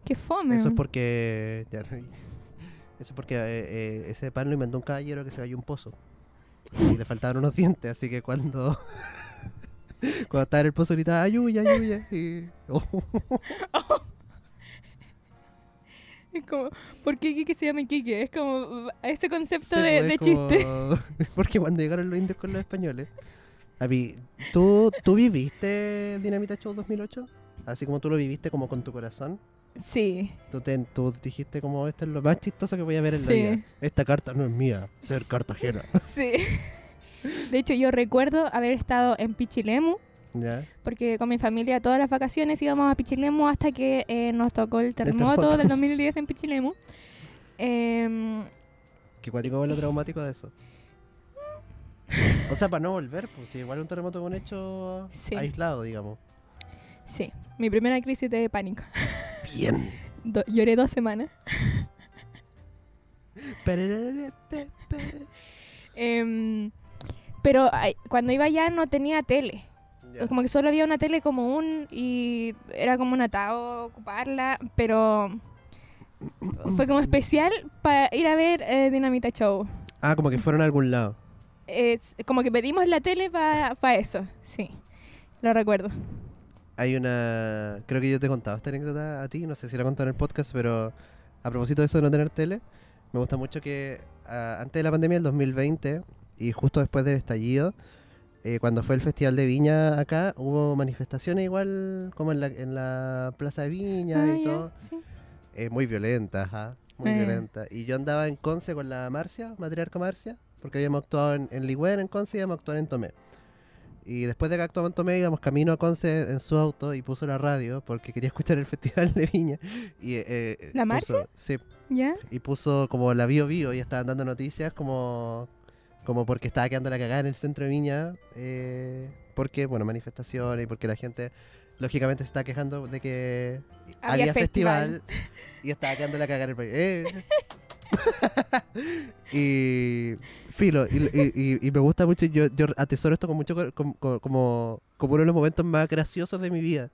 S2: ¡Qué fome!
S1: Eso es porque... ya no- eso es porque eh, eh, ese pan lo inventó un caballero que se cayó en un pozo. Y le faltaban unos dientes, así que cuando... cuando estaba en el pozo gritaba, ayuya, ayuya. Y... oh,
S2: Es como, ¿por qué Quique se llama Quique? Es como ese concepto
S1: Sí,
S2: de, de
S1: pues, es
S2: chiste.
S1: como- Porque cuando llegaron los indios con los españoles... A mí, ¿tú, ¿tú viviste Dinamita Show 2008? Así como tú lo viviste como con tu corazón.
S2: Sí.
S1: Tú, te- tú dijiste como esto es lo más chistoso que voy a ver en la
S2: Sí.
S1: vida. Esta carta no es mía, ser cartagena.
S2: Sí. De hecho, yo recuerdo haber estado en Pichilemu,
S1: ¿Ya?
S2: porque con mi familia todas las vacaciones íbamos a Pichilemu hasta que eh, nos tocó el terremoto
S1: terremoto.
S2: del 2010 en Pichilemu. Em,
S1: Que cuático fue lo traumático de eso. O sea, para no volver, pues si igual un terremoto con hecho
S2: Sí.
S1: aislado, digamos.
S2: sí, mi primera crisis de pánico.
S1: Bien.
S2: Do- lloré dos semanas. Em, pero ay, cuando iba allá no tenía tele. Como que solo había una tele común y era como un atado ocuparla, pero fue como especial para ir a ver eh, Dinamita Show.
S1: Ah, como que fueron a algún lado.
S2: Es como que pedimos la tele para eso, sí, lo recuerdo.
S1: Hay una. Creo que yo te he contado esta anécdota a ti, no sé si la he contado en el podcast, pero a propósito de eso de no tener tele, me gusta mucho que ah, antes de la pandemia, el 2020, y justo después del estallido, eh, cuando fue el Festival de Viña acá, hubo manifestaciones igual como en la, en la Plaza de Viña
S2: Ah,
S1: y
S2: ya,
S1: todo.
S2: sí.
S1: Eh, muy violenta, ajá. Muy
S2: Eh.
S1: violenta. Y yo andaba en Conce con la Marcia, matriarca Marcia, porque habíamos actuado en, en Ligüen, en Conce, y íbamos a actuar en Tomé. Y después de que actuamos en Tomé, íbamos camino a Conce en su auto y puso la radio porque quería escuchar el Festival de Viña. Y, eh, eh,
S2: ¿La
S1: puso-
S2: Marcia?
S1: Sí,
S2: ¿Ya?
S1: y puso como la bio bio y estaban dando noticias como, como porque estaba quedando la cagada en el centro de Viña. eh, porque, bueno, manifestaciones y porque la gente, lógicamente, se está quejando de que había,
S2: Había
S1: festival. y estaba quedando la cagada en el país. Eh. y filo, y, y- y- y me gusta mucho, yo, yo atesoro esto con mucho cor- com- co- como, como uno de los momentos más graciosos de mi vida.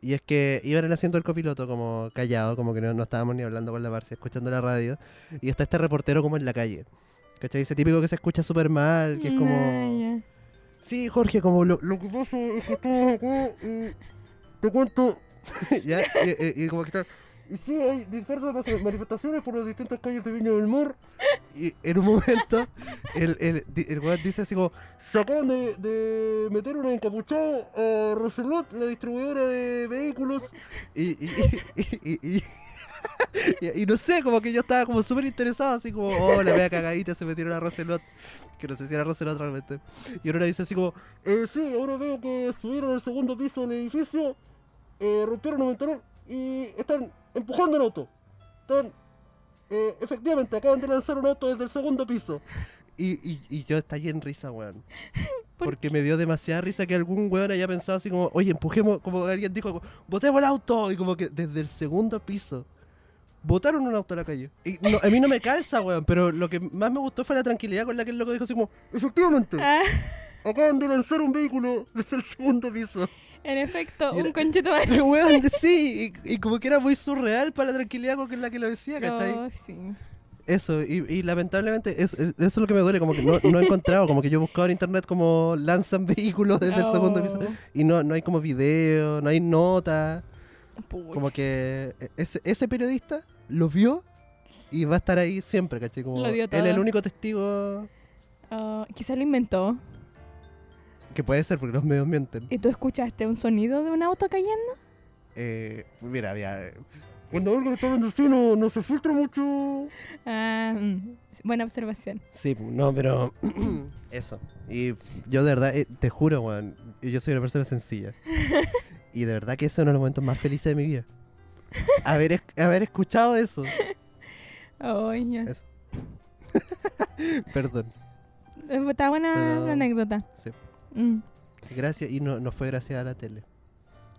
S1: Y es que iba en el asiento del copiloto como callado, como que no, no estábamos ni hablando con la Marcia, escuchando la radio. Y está este reportero como en la calle. ¿Cachai? Ese típico que se escucha súper mal, que es como...
S2: Ah, ya.
S1: Sí, Jorge, como lo, lo que pasa es que estamos acá y te cuento. ya, y, y- y como que está. Y sí, hay diversas mas- manifestaciones por las distintas calles de Viña del Mar. Y en un momento, el, el, di- el weón dice así como: Se acaban de, de meter un encapuchado a Resolot, la distribuidora de vehículos. Y, y, y, y- y- y- y no sé, como que yo estaba como súper interesado, así como: Oh, la vea cagadita, se metieron a Resolot. Que no sé si era Resolot realmente. Y ahora dice así como, eh, sí, ahora veo que subieron al segundo piso del edificio, eh, rompieron el ventanal y están empujando el auto. Están, eh, efectivamente, acaban de lanzar un auto desde el segundo piso. Y, y, y yo estallé en risa, weón.
S2: ¿Por
S1: Porque me dio demasiada risa que algún weón haya pensado así como, oye, empujemos, como alguien dijo, como, botemos el auto. Y como que desde el segundo piso. Botaron un auto a la calle. Y no- a mí no me calza, weón, pero lo que más me gustó fue la tranquilidad con la que el loco dijo así como, efectivamente,
S2: Ah,
S1: Acaban de lanzar un vehículo desde el segundo piso.
S2: en efecto,
S1: Mira.
S2: un conchito más.
S1: Weón, sí, y, y como que era muy surreal para la tranquilidad con que- la que lo decía, ¿cachai?
S2: Oh, sí.
S1: Eso, y, y lamentablemente es- eso es lo que me duele, como que no, no he encontrado, como que yo he buscado en internet como lanzan vehículos desde el segundo piso.
S2: Oh,
S1: Y no, no hay como video, no hay nota,
S2: pucha.
S1: como que ese, ese periodista lo vio y va a estar ahí siempre, ¿cachai? Como
S2: Lo vio
S1: Él es el
S2: todo.
S1: único testigo
S2: Oh, quizás lo inventó.
S1: que puede ser, porque los medios mienten.
S2: ¿Y tú escuchaste un sonido de un auto cayendo?
S1: Eh, mira, mira. Cuando algo está bendecido no se filtra mucho.
S2: Ah, mm, buena observación.
S1: Sí, no, pero eso. Y yo de verdad, eh, te juro, weón, yo soy una persona sencilla. Y de verdad que ese es uno de los momentos más felices de mi vida. Haber, es- haber escuchado eso.
S2: Oh, ya.
S1: Perdón.
S2: Eh, pues, Está buena
S1: Será-
S2: la anécdota.
S1: sí.
S2: Mm.
S1: Gracias, y no, no fue gracias a la tele.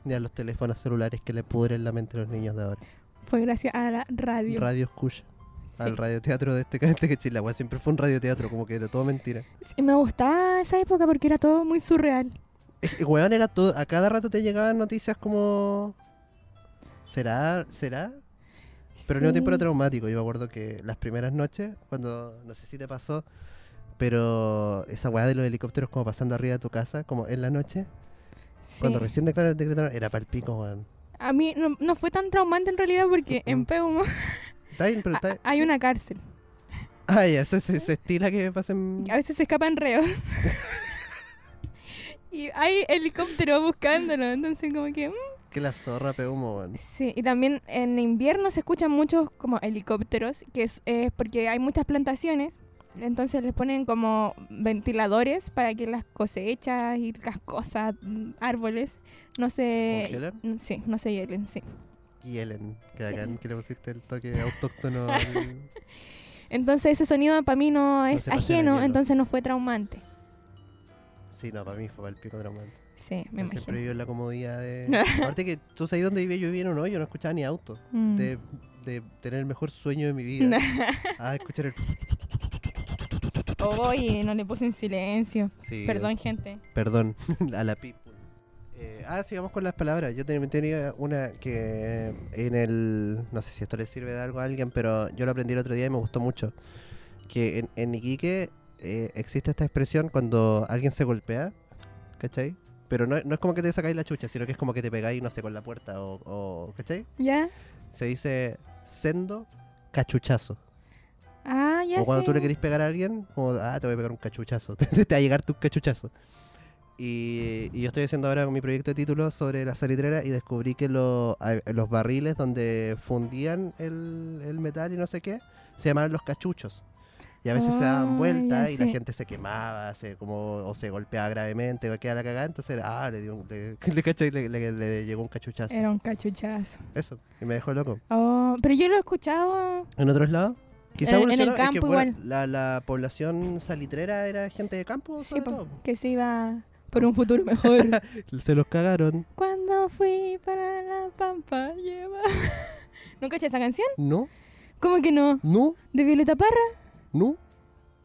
S1: Ni a los teléfonos celulares que le pudren la mente a los niños de ahora.
S2: Fue gracias a la radio.
S1: Radio Escucha.
S2: Sí.
S1: Al radioteatro de este, de que Chile, weón, siempre fue un radioteatro, como que era todo mentira.
S2: Sí, me gustaba esa época porque era todo muy surreal.
S1: Es que, weón, era todo. A cada rato te llegaban noticias como. ¿Será? ¿Será? Pero al mismo tiempo
S2: Sí.
S1: era traumático. Yo me acuerdo que las primeras noches, cuando. No sé si te pasó, pero esa weá de los helicópteros como pasando arriba de tu casa, como en la noche,
S2: Sí.
S1: cuando recién declararon, decretaron, era pa'l pico, weón.
S2: A mí no, no fue tan traumante en realidad porque en
S1: Ujú.
S2: Peumo
S1: Está bien, Mm. pero está-
S2: hay una cárcel.
S1: Ah, ya, eso se, se estila que pasen.
S2: A veces se escapan reos. y hay helicópteros buscándolo. Entonces como que... mm,
S1: Que la zorra peumo, weón.
S2: Sí, y también en invierno se escuchan muchos como helicópteros, que es, es porque hay muchas plantaciones. Entonces les ponen como ventiladores para que las cosechas y las cosas, mm, árboles, no se...
S1: ¿Congelan?
S2: Mm, Sí, no se hielen, sí.
S1: Hielen. Que acá que le pusiste el toque autóctono. al-
S2: Entonces ese sonido para mí no es
S1: se pasea de
S2: ajeno,
S1: hielo.
S2: entonces no fue traumante.
S1: Sí, no, para mí fue pa'l pico traumante.
S2: Sí, me
S1: Él Siempre
S2: imagino.
S1: vivió en la comodidad de. Aparte que tú sabes dónde vivía, yo vivía en un hoyo, no escuchaba ni auto.
S2: Mm.
S1: De, de tener el mejor sueño de mi vida. ah, escuchar el.
S2: Oye, no le puse en silencio.
S1: Sí,
S2: Perdón, gente.
S1: Perdón, a la pipa. ah, sigamos con las palabras. Yo ten- tenía una que en el. No sé si esto le sirve de algo a alguien, pero yo lo aprendí el otro día y me gustó mucho. Que en, en Iquique eh, existe esta expresión cuando alguien se golpea, ¿cachai? Pero no, no es como que te sacáis la chucha, sino que es como que te pegáis, no sé, con la puerta o. o ¿cachai?
S2: ¿Ya?
S1: Se dice sendo cachuchazo.
S2: Ah, ya
S1: O cuando
S2: sí.
S1: tú le querés pegar a alguien, como, ah, te voy a pegar un cachuchazo. te, te va a llegar tu cachuchazo. Y, y yo estoy haciendo ahora mi proyecto de título sobre la salitrera y descubrí que lo- a- los barriles donde fundían el, el metal y no sé qué, se llamaban los cachuchos. Y a veces se daban
S2: Ah,
S1: vueltas
S2: ya
S1: y la
S2: sé.
S1: gente se quemaba se, como, o se golpeaba gravemente, o quedaba la cagada. Entonces, ah, le, dio un- le, le cachai- le- le- le llegó un cachuchazo.
S2: Era un cachuchazo.
S1: Eso, y me dejó loco.
S2: Oh, pero yo lo he escuchado.
S1: ¿En otros lados? Quizá
S2: En- en
S1: evolucionó.
S2: el
S1: Es que,
S2: campo
S1: bueno, la, la población salitrera era gente de campo,
S2: Sí,
S1: Pues sobre
S2: po,
S1: todo.
S2: que se iba por un futuro mejor.
S1: Se los cagaron.
S2: Cuando fui para la pampa, lleva. ¿No caché esa canción?
S1: ¿No?
S2: ¿Cómo que no?
S1: ¿No?
S2: ¿De Violeta Parra?
S1: ¿No?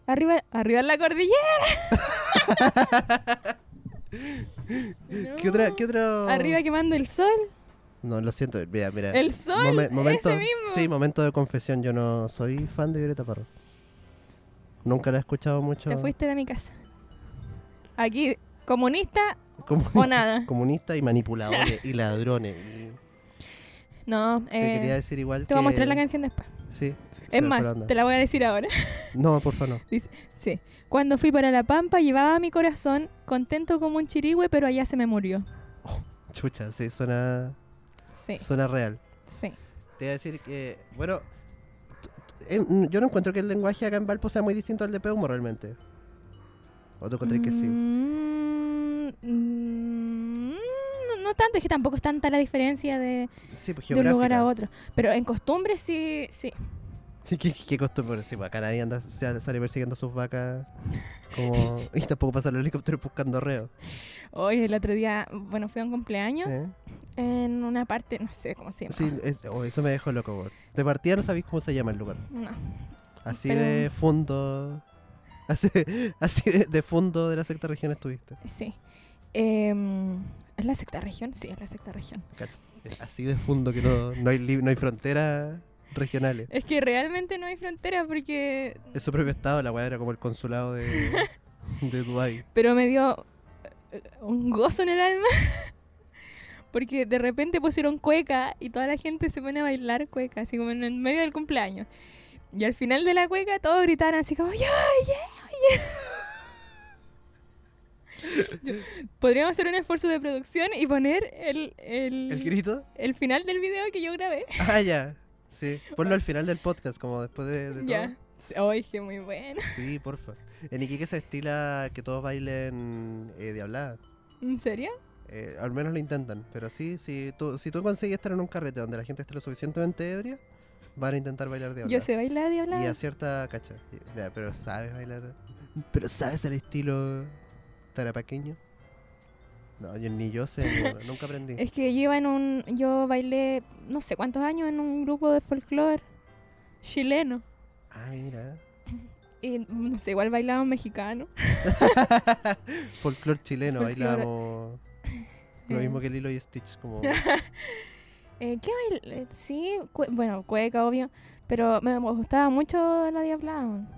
S2: Arriba, arriba en la cordillera. No.
S1: ¿Qué otra? ¿Qué otro?
S2: Arriba quemando el sol.
S1: No, lo siento. Mira, mira.
S2: El sol.
S1: Momen- momento,
S2: Ese mismo.
S1: Sí, momento de confesión. Yo no soy fan de Violeta Parra. Nunca la he escuchado mucho.
S2: Te fuiste de mi casa. Aquí, comunista
S1: Como-
S2: o nada.
S1: Comunista y manipuladores y ladrones. Y
S2: No,
S1: te quería
S2: eh,
S1: decir igual
S2: te voy a
S1: que-
S2: mostrar la canción después.
S1: Sí. se
S2: Es
S1: me
S2: más,
S1: fue la onda.
S2: te la voy a decir ahora.
S1: No, porfa, no.
S2: Sí. Cuando fui para La Pampa llevaba mi corazón contento como un chirigüe, pero allá se me murió.
S1: Chucha, sí, suena,
S2: Sí,
S1: suena real.
S2: sí.
S1: Te iba a decir que, bueno, t- t- eh, mm, yo no encuentro que el lenguaje acá en Valpo sea muy distinto al de Peumo realmente. ¿O tú encontrás que sí?
S2: Mm, mm, no, no tanto, es que tampoco es tanta la diferencia de,
S1: Sí, pues
S2: de un lugar a
S1: geográfica.
S2: otro. Pero en costumbre sí, sí.
S1: ¿Qué, qué, qué costumbre? Sí, pues acá nadie anda, sale sale persiguiendo a sus vacas. Como, y tampoco pasan los helicópteros buscando reos.
S2: Hoy el otro día, bueno, fui a un cumpleaños
S1: ¿eh?
S2: en una parte, no sé cómo se llama.
S1: Sí, es- oh, eso me dejó loco, weón. De partida no sabéis cómo se llama el lugar.
S2: No.
S1: Así
S2: Pero-
S1: de fondo. Así, así de, de fondo de la sexta región estuviste.
S2: Sí. Em, ¿Es la sexta región? Sí, es la sexta región.
S1: Cacha. Es Así de fondo que no, no hay, li- no hay fronteras regionales.
S2: Es que realmente no hay frontera porque...
S1: Es su propio estado, la weá era como el consulado de, de Dubái.
S2: Pero me dio eh, un gozo en el alma. Porque de repente pusieron cueca y toda la gente se pone a bailar cueca, así como en el medio del cumpleaños. Y al final de la cueca todos gritaron así como, ¡Ya, ya, ya! Yo- Podríamos hacer un esfuerzo de producción y poner el, el,
S1: ¿El grito?
S2: el final del video que yo grabé.
S1: Ah, ya. Sí. Ponlo al final del podcast, como después de, de
S2: Ya. Oye, qué muy bueno.
S1: todo. Sí, porfa. En Iquique se estila que todos bailen eh, de hablada.
S2: ¿En serio?
S1: Eh, al menos lo intentan. Pero sí, si tú, si tú consigues estar en un carrete donde la gente esté lo suficientemente ebria, van a intentar bailar de hablada.
S2: Yo sé bailar y
S1: Y
S2: hablar.
S1: a cierta cacha. Y- mira, pero sabes bailar. de- Pero sabes el estilo tarapaqueño. No, yo, ni yo sé, ni- nunca aprendí.
S2: Es que yo iba en un. Yo bailé no sé cuántos años en un grupo de folclore chileno.
S1: Ah, mira.
S2: Y no sé, igual bailaba un mexicano.
S1: Folclor chileno,
S2: Folclor-
S1: bailábamos lo
S2: Eh.
S1: mismo que Lilo y Stitch, como
S2: Eh, ¿Qué bailé? Sí, cue- bueno, cueca, obvio. Pero me gustaba mucho la Diablada.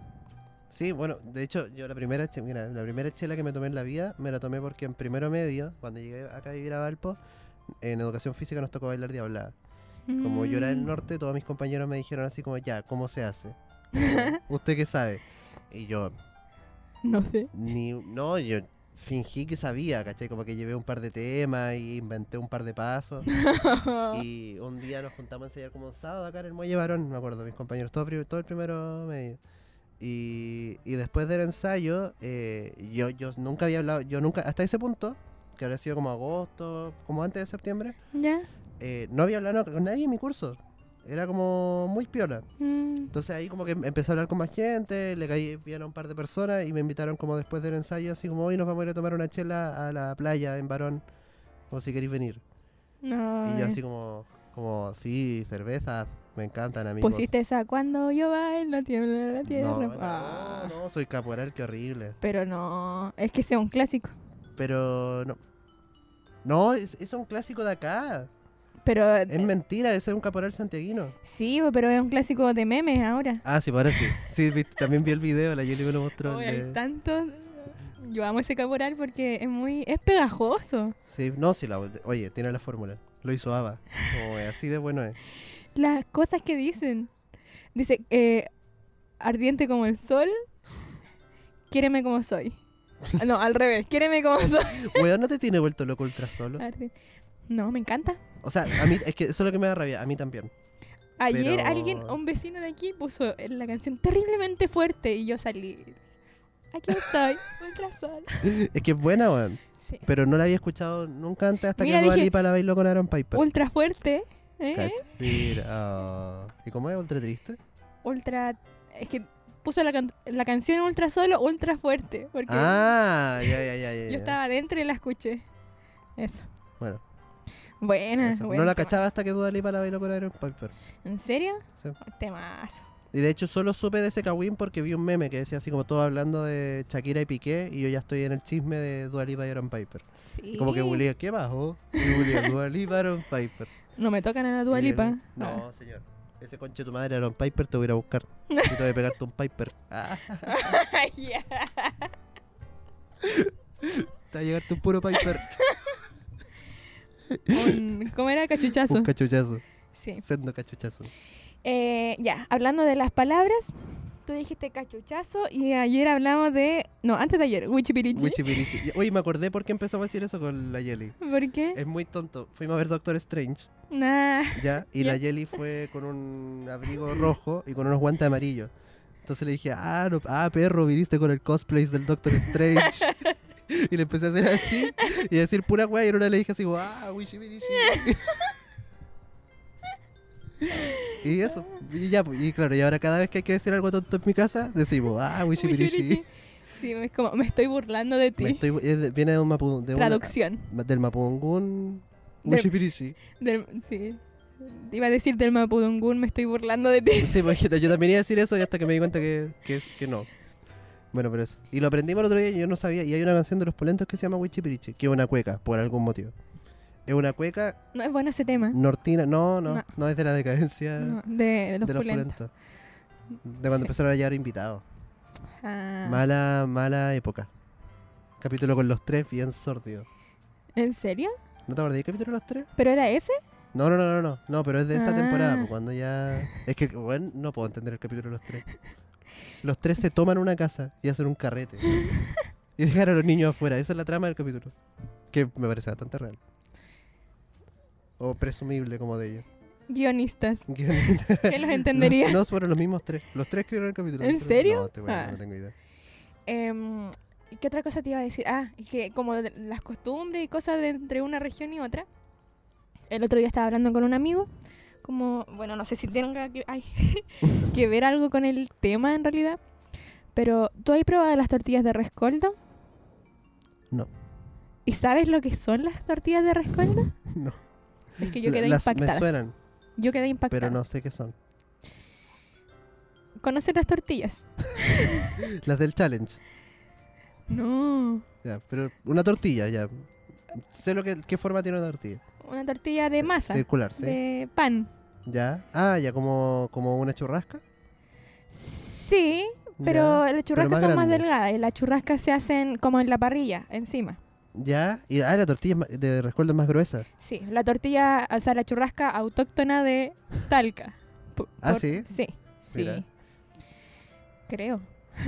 S1: Sí, bueno, de hecho, yo la primera, che- mira, la primera chela que me tomé en la vida, me la tomé porque en primero medio, cuando llegué acá a vivir a Valpo, en educación física nos tocó bailar diablada.
S2: Mm.
S1: Como yo era del norte, todos mis compañeros me dijeron así como, ya, ¿cómo se hace? Como, ¿Usted qué sabe? Y yo,
S2: No sé.
S1: Ni, no, yo fingí que sabía, ¿cachai? Como que llevé un par de temas y inventé un par de pasos. y un día nos juntamos a ensayar como un sábado acá en el Muelle Barón, me acuerdo, mis compañeros, todo, pri- todo el primero medio. Y, y después del ensayo, eh, yo, yo nunca había hablado, yo nunca, hasta ese punto, que habría sido como agosto, como antes de septiembre,
S2: ¿Ya?
S1: eh, no había hablado con nadie en mi curso. Era como muy piola.
S2: Mm,
S1: Entonces ahí como que em- empecé a hablar con más gente, le caí bien a un par de personas y me invitaron como después del ensayo, así como hoy nos vamos a ir a tomar una chela a la playa en Barón, como si queréis venir.
S2: no.
S1: Y yo
S2: eh.
S1: así como, como sí, cervezas, me encantan amigos.
S2: Pusiste esa cuando yo bailo, tiembla la tierra.
S1: no,
S2: Ah.
S1: no, no, soy caporal, qué horrible.
S2: Pero no. Es que sea un clásico.
S1: Pero no. No, es, es un clásico de acá.
S2: Pero.
S1: Es mentira, ese es un caporal santiaguino.
S2: Sí, pero es un clásico de memes ahora.
S1: Ah, sí, ahora sí. Sí, viste, también vi el video, la Yeli me lo mostró.
S2: Oh,
S1: el de-
S2: hay tanto. Yo amo ese caporal porque es muy. es pegajoso.
S1: Sí, no, sí, la, oye, tiene la fórmula. Lo hizo Ava. Como es, así de bueno es.
S2: Las cosas que dicen. Dice, eh, ardiente como el sol, quiéreme como soy. No, al revés. Quiéreme como soy.
S1: Weón, ¿no te tiene vuelto loco ultra solo?
S2: No, me encanta.
S1: O sea, a mí, es que eso es lo que me da rabia, a mí también.
S2: Ayer
S1: Pero-
S2: alguien, un vecino de aquí, puso la canción terriblemente fuerte y yo salí. Aquí estoy, ultra sola.
S1: Es que es buena, weón.
S2: Sí.
S1: Pero no la había escuchado nunca antes hasta
S2: Mira,
S1: que Dua
S2: dije-
S1: Lipa la bailó con Aaron Piper.
S2: Ultra fuerte, ¿eh?
S1: Cacha. Mira, ah. ¿Y cómo es? ¿Ultra triste?
S2: Ultra. Es que puso la, can- la canción ultra solo, ultra fuerte. Porque
S1: Ah, ya, ya, ya. ya,
S2: yo
S1: ya.
S2: estaba adentro y la escuché. Eso.
S1: Bueno,
S2: Buena,
S1: eso.
S2: buena,
S1: no la
S2: temazo.
S1: cachaba hasta que Dua Lipa la bailó con Aaron Piper.
S2: ¿En serio?
S1: Sí.
S2: Temazo.
S1: Y de hecho solo supe de ese Kawin porque vi un meme que decía así como todo hablando de Shakira y Piqué y yo ya estoy en el chisme de Dua Lipa y Aaron Piper.
S2: Sí.
S1: Como que bulía, ¿qué bajó? Y bulía, Dua Lipa, Aaron Piper.
S2: No me tocan a la
S1: Y
S2: Dua
S1: el-
S2: Lipa.
S1: No, señor. Ese conche de tu madre, Aaron Piper, te voy a ir a buscar. Necesito de pegarte un Piper. Ah,
S2: Ah, ya.
S1: te va a llegarte un puro Piper.
S2: Un- ¿Cómo era? Cachuchazo.
S1: un cachuchazo.
S2: sí.
S1: Sendo cachuchazo.
S2: Eh, ya, hablando de las palabras, tú dijiste cachuchazo y ayer hablamos de. No, antes de ayer, Wichipirichi.
S1: Wichipirichi. Y- Oye, me acordé por qué empezamos a decir eso con la Jelly.
S2: ¿Por qué?
S1: Es muy tonto. Fuimos a ver Doctor Strange,
S2: Nah.
S1: ¿ya? Y
S2: Ya.
S1: la Jelly fue con un abrigo rojo y con unos guantes amarillos. Entonces le dije, ah, no- ah, perro, viniste con el cosplay del Doctor Strange. y le empecé a hacer así y a decir pura wea. Y en una le dije así, ah, wichibirichi. y eso. Y ya, pues, y claro, y ahora cada vez que hay que decir algo tonto en mi casa, decimos, ah, wichibirichi.
S2: Wichipirichi. Sí, es como, me estoy burlando de ti.
S1: Me estoy- es de- Viene de un mapu, de una-
S2: Traducción.
S1: Ma- Del Mapungún.
S2: Del-
S1: Wichipirichi.
S2: Del- sí. Iba a decir del Mapudungun, me estoy burlando de ti.
S1: Sí, pues, yo también iba a decir eso y hasta que me di cuenta que, que, que no. Bueno, pero eso. Y lo aprendimos el otro día y yo no sabía. Y hay una canción de los polentos que se llama Wichipirichi, que es una cueca, por algún motivo. Es una cueca
S2: No es bueno ese tema.
S1: Mm, nortina. No, no,
S2: ¿Eh? No.
S1: no, es de la decadencia
S2: No, de los
S1: de los
S2: pulentos.
S1: polentos. De cuando
S2: Sí.
S1: empezaron a llegar invitados.
S2: Ah,
S1: Mala, mala época. Capítulo con los tres, bien sordido.
S2: ¿En serio?
S1: ¿No te acordás del capítulo de los tres?
S2: ¿Pero era ese?
S1: No, no, no, no, no, no, pero es de esa temporada,
S2: Ah.
S1: pues, cuando ya... Es que, bueno, no puedo entender el capítulo de los tres. Los tres se toman una casa y hacen un carrete. y dejan a los niños afuera, esa es la trama del capítulo. Que me parece bastante real. O presumible como de ellos.
S2: Guionistas.
S1: Guionista.
S2: Que los entendería.
S1: No, no fueron los mismos tres. Los tres escribieron el capítulo.
S2: ¿En
S1: Los tres-
S2: serio?
S1: No, te voy a-
S2: Ah.
S1: no tengo idea.
S2: Em, ¿y ¿Qué otra cosa te iba a decir? Ah, y que como de- las costumbres y cosas de entre una región y otra. El otro día estaba hablando con un amigo, como, bueno, no sé si tenga que, ay, que ver algo con el tema en realidad, pero ¿tú has probado las tortillas de rescoldo?
S1: No.
S2: ¿Y sabes lo que son las tortillas de rescoldo?
S1: No.
S2: Es que yo
S1: La-
S2: quedé
S1: las- me
S2: impactada.
S1: suenan,
S2: Yo quedé impactada.
S1: pero no sé qué son.
S2: ¿Conoces las tortillas?
S1: Las del challenge.
S2: No.
S1: Ya, pero una tortilla, ya. Sé lo que, qué forma tiene una tortilla.
S2: Una tortilla de masa,
S1: Circular, Eh, sí.
S2: de pan.
S1: Ya. Ah, ya como, como una churrasca.
S2: Sí, Pero las churrascas
S1: más
S2: son más
S1: grande.
S2: delgadas y las churrascas se hacen como en la parrilla, encima.
S1: Ya. Y ah, la tortilla es ma- de rescoldo es más gruesa.
S2: Sí, la tortilla, o sea, la churrasca autóctona de Talca. P-
S1: Ah, ¿sí?
S2: Sí,
S1: Mira.
S2: sí. Creo.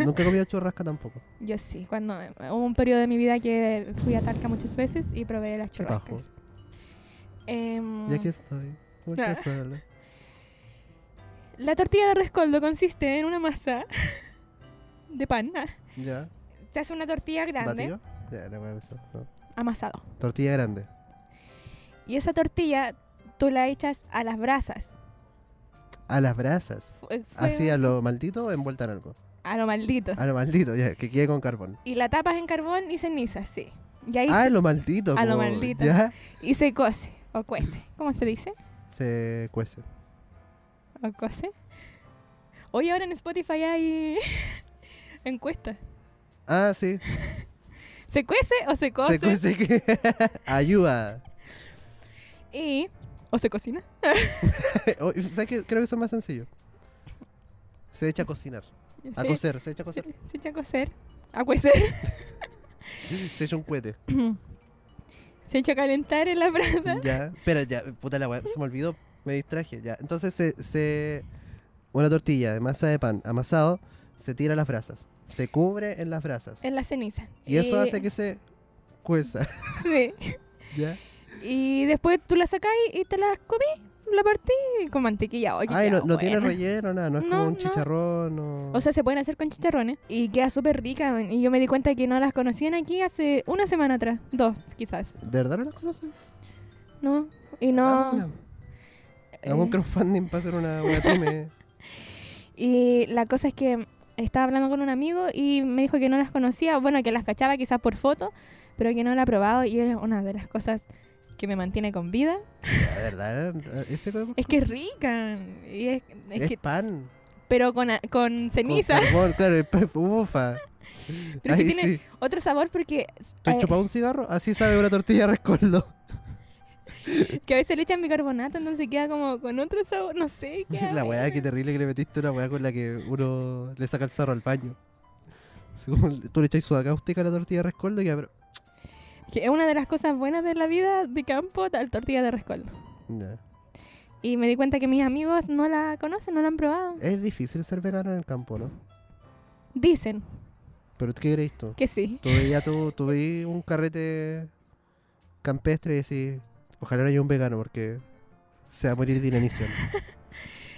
S1: Nunca he comido churrasca tampoco.
S2: Yo sí, cuando hubo un periodo de mi vida que fui a Talca muchas veces y probé las
S1: Qué bajo.
S2: churrascas. Em,
S1: Ya que estoy. ultra
S2: Ah.
S1: sola.
S2: La tortilla de rescoldo consiste en una masa de pan. ah.
S1: Ya.
S2: Se hace una tortilla grande,
S1: ¿Batido? Ya, la voy a besar. no.
S2: amasado.
S1: Tortilla grande.
S2: Y esa tortilla tú la echas a las brasas.
S1: A las brasas.
S2: Fu- eh, fue
S1: Así Ah. a lo maldito o envuelta en algo.
S2: a lo maldito.
S1: A lo maldito, ya, que quede con carbón.
S2: Y la tapas en carbón y ceniza, sí. Y ahí
S1: Ah,
S2: se,
S1: lo maldito.
S2: a lo
S1: como-
S2: maldito.
S1: Ya.
S2: y se cose, o cuece. ¿Cómo se dice?
S1: Se cuece.
S2: ¿O cose? Hoy ahora en Spotify hay encuesta.
S1: Ah, sí.
S2: ¿Se cuece o se cose?
S1: Se cuece que. Ayuda.
S2: Y... ¿O se cocina?
S1: O- ¿Sabes qué? Creo que eso es más sencillo. Se echa a cocinar. A
S2: se,
S1: cocer, se echa a
S2: se-
S1: cocer.
S2: se echa a cocer. A cuecer.
S1: Se echa un cohete.
S2: se echa a calentar en la brasa.
S1: Ya. Pero ya, puta la weá, se me olvidó. Me distraje. Ya. Entonces se, se. Una tortilla de masa de pan amasado. se tira a las brasas, se cubre en las brasas.
S2: en la ceniza.
S1: Y eso hace que se cueza.
S2: Sí.
S1: ¿Ya?
S2: Y después tú la sacás y- y te la comí, la partí con mantequilla. Oye,
S1: Ay, no,
S2: queda
S1: no tiene
S2: buena.
S1: relleno, nada, no es
S2: No,
S1: como un
S2: no.
S1: chicharrón. No.
S2: O sea, se pueden hacer con chicharrones y queda súper rica. man. Y yo me di cuenta que no las conocían aquí hace una semana atrás, dos quizás,
S1: ¿De verdad no las conocen?
S2: ¿no? Y no...
S1: Ah, mira. Hagamos un
S2: eh.
S1: crowdfunding para hacer una, una pyme.
S2: Y la cosa es que estaba hablando con un amigo y me dijo que no las conocía, bueno, que las cachaba quizás por foto, pero que no la ha probado y es una de las cosas que me mantiene con vida.
S1: La verdad, ese huevo
S2: Es que es rica, y es, es
S1: es
S2: que-
S1: pan.
S2: pero con, a- con ceniza,
S1: Con carbón, claro, es pan- ufa.
S2: Pero es que
S1: Ahí
S2: tiene-
S1: sí.
S2: otro sabor porque
S1: ¿Tú has
S2: eh,
S1: chupado un cigarro? Así sabe una tortilla de rescoldo.
S2: que a veces le echan bicarbonato, entonces queda como con otro sabor, no sé. queda
S1: la weá,
S2: bueno.
S1: qué terrible que le metiste una weá con la que uno le saca el sarro al baño. Así como le- tú le echáis soda cáustica a la tortilla de rescoldo y abro.
S2: Que es una de las cosas buenas de la vida de campo, tal tortilla de rescoldo.
S1: Ya.
S2: Y me di cuenta que mis amigos no la conocen, no la han probado.
S1: Es difícil ser vegano en el campo, ¿no?
S2: Dicen
S1: Pero ¿qué crees tú?
S2: que sí.
S1: Tú ya tú, tú veí un carrete campestre y decís, ojalá no haya un vegano porque se va a morir de inanición.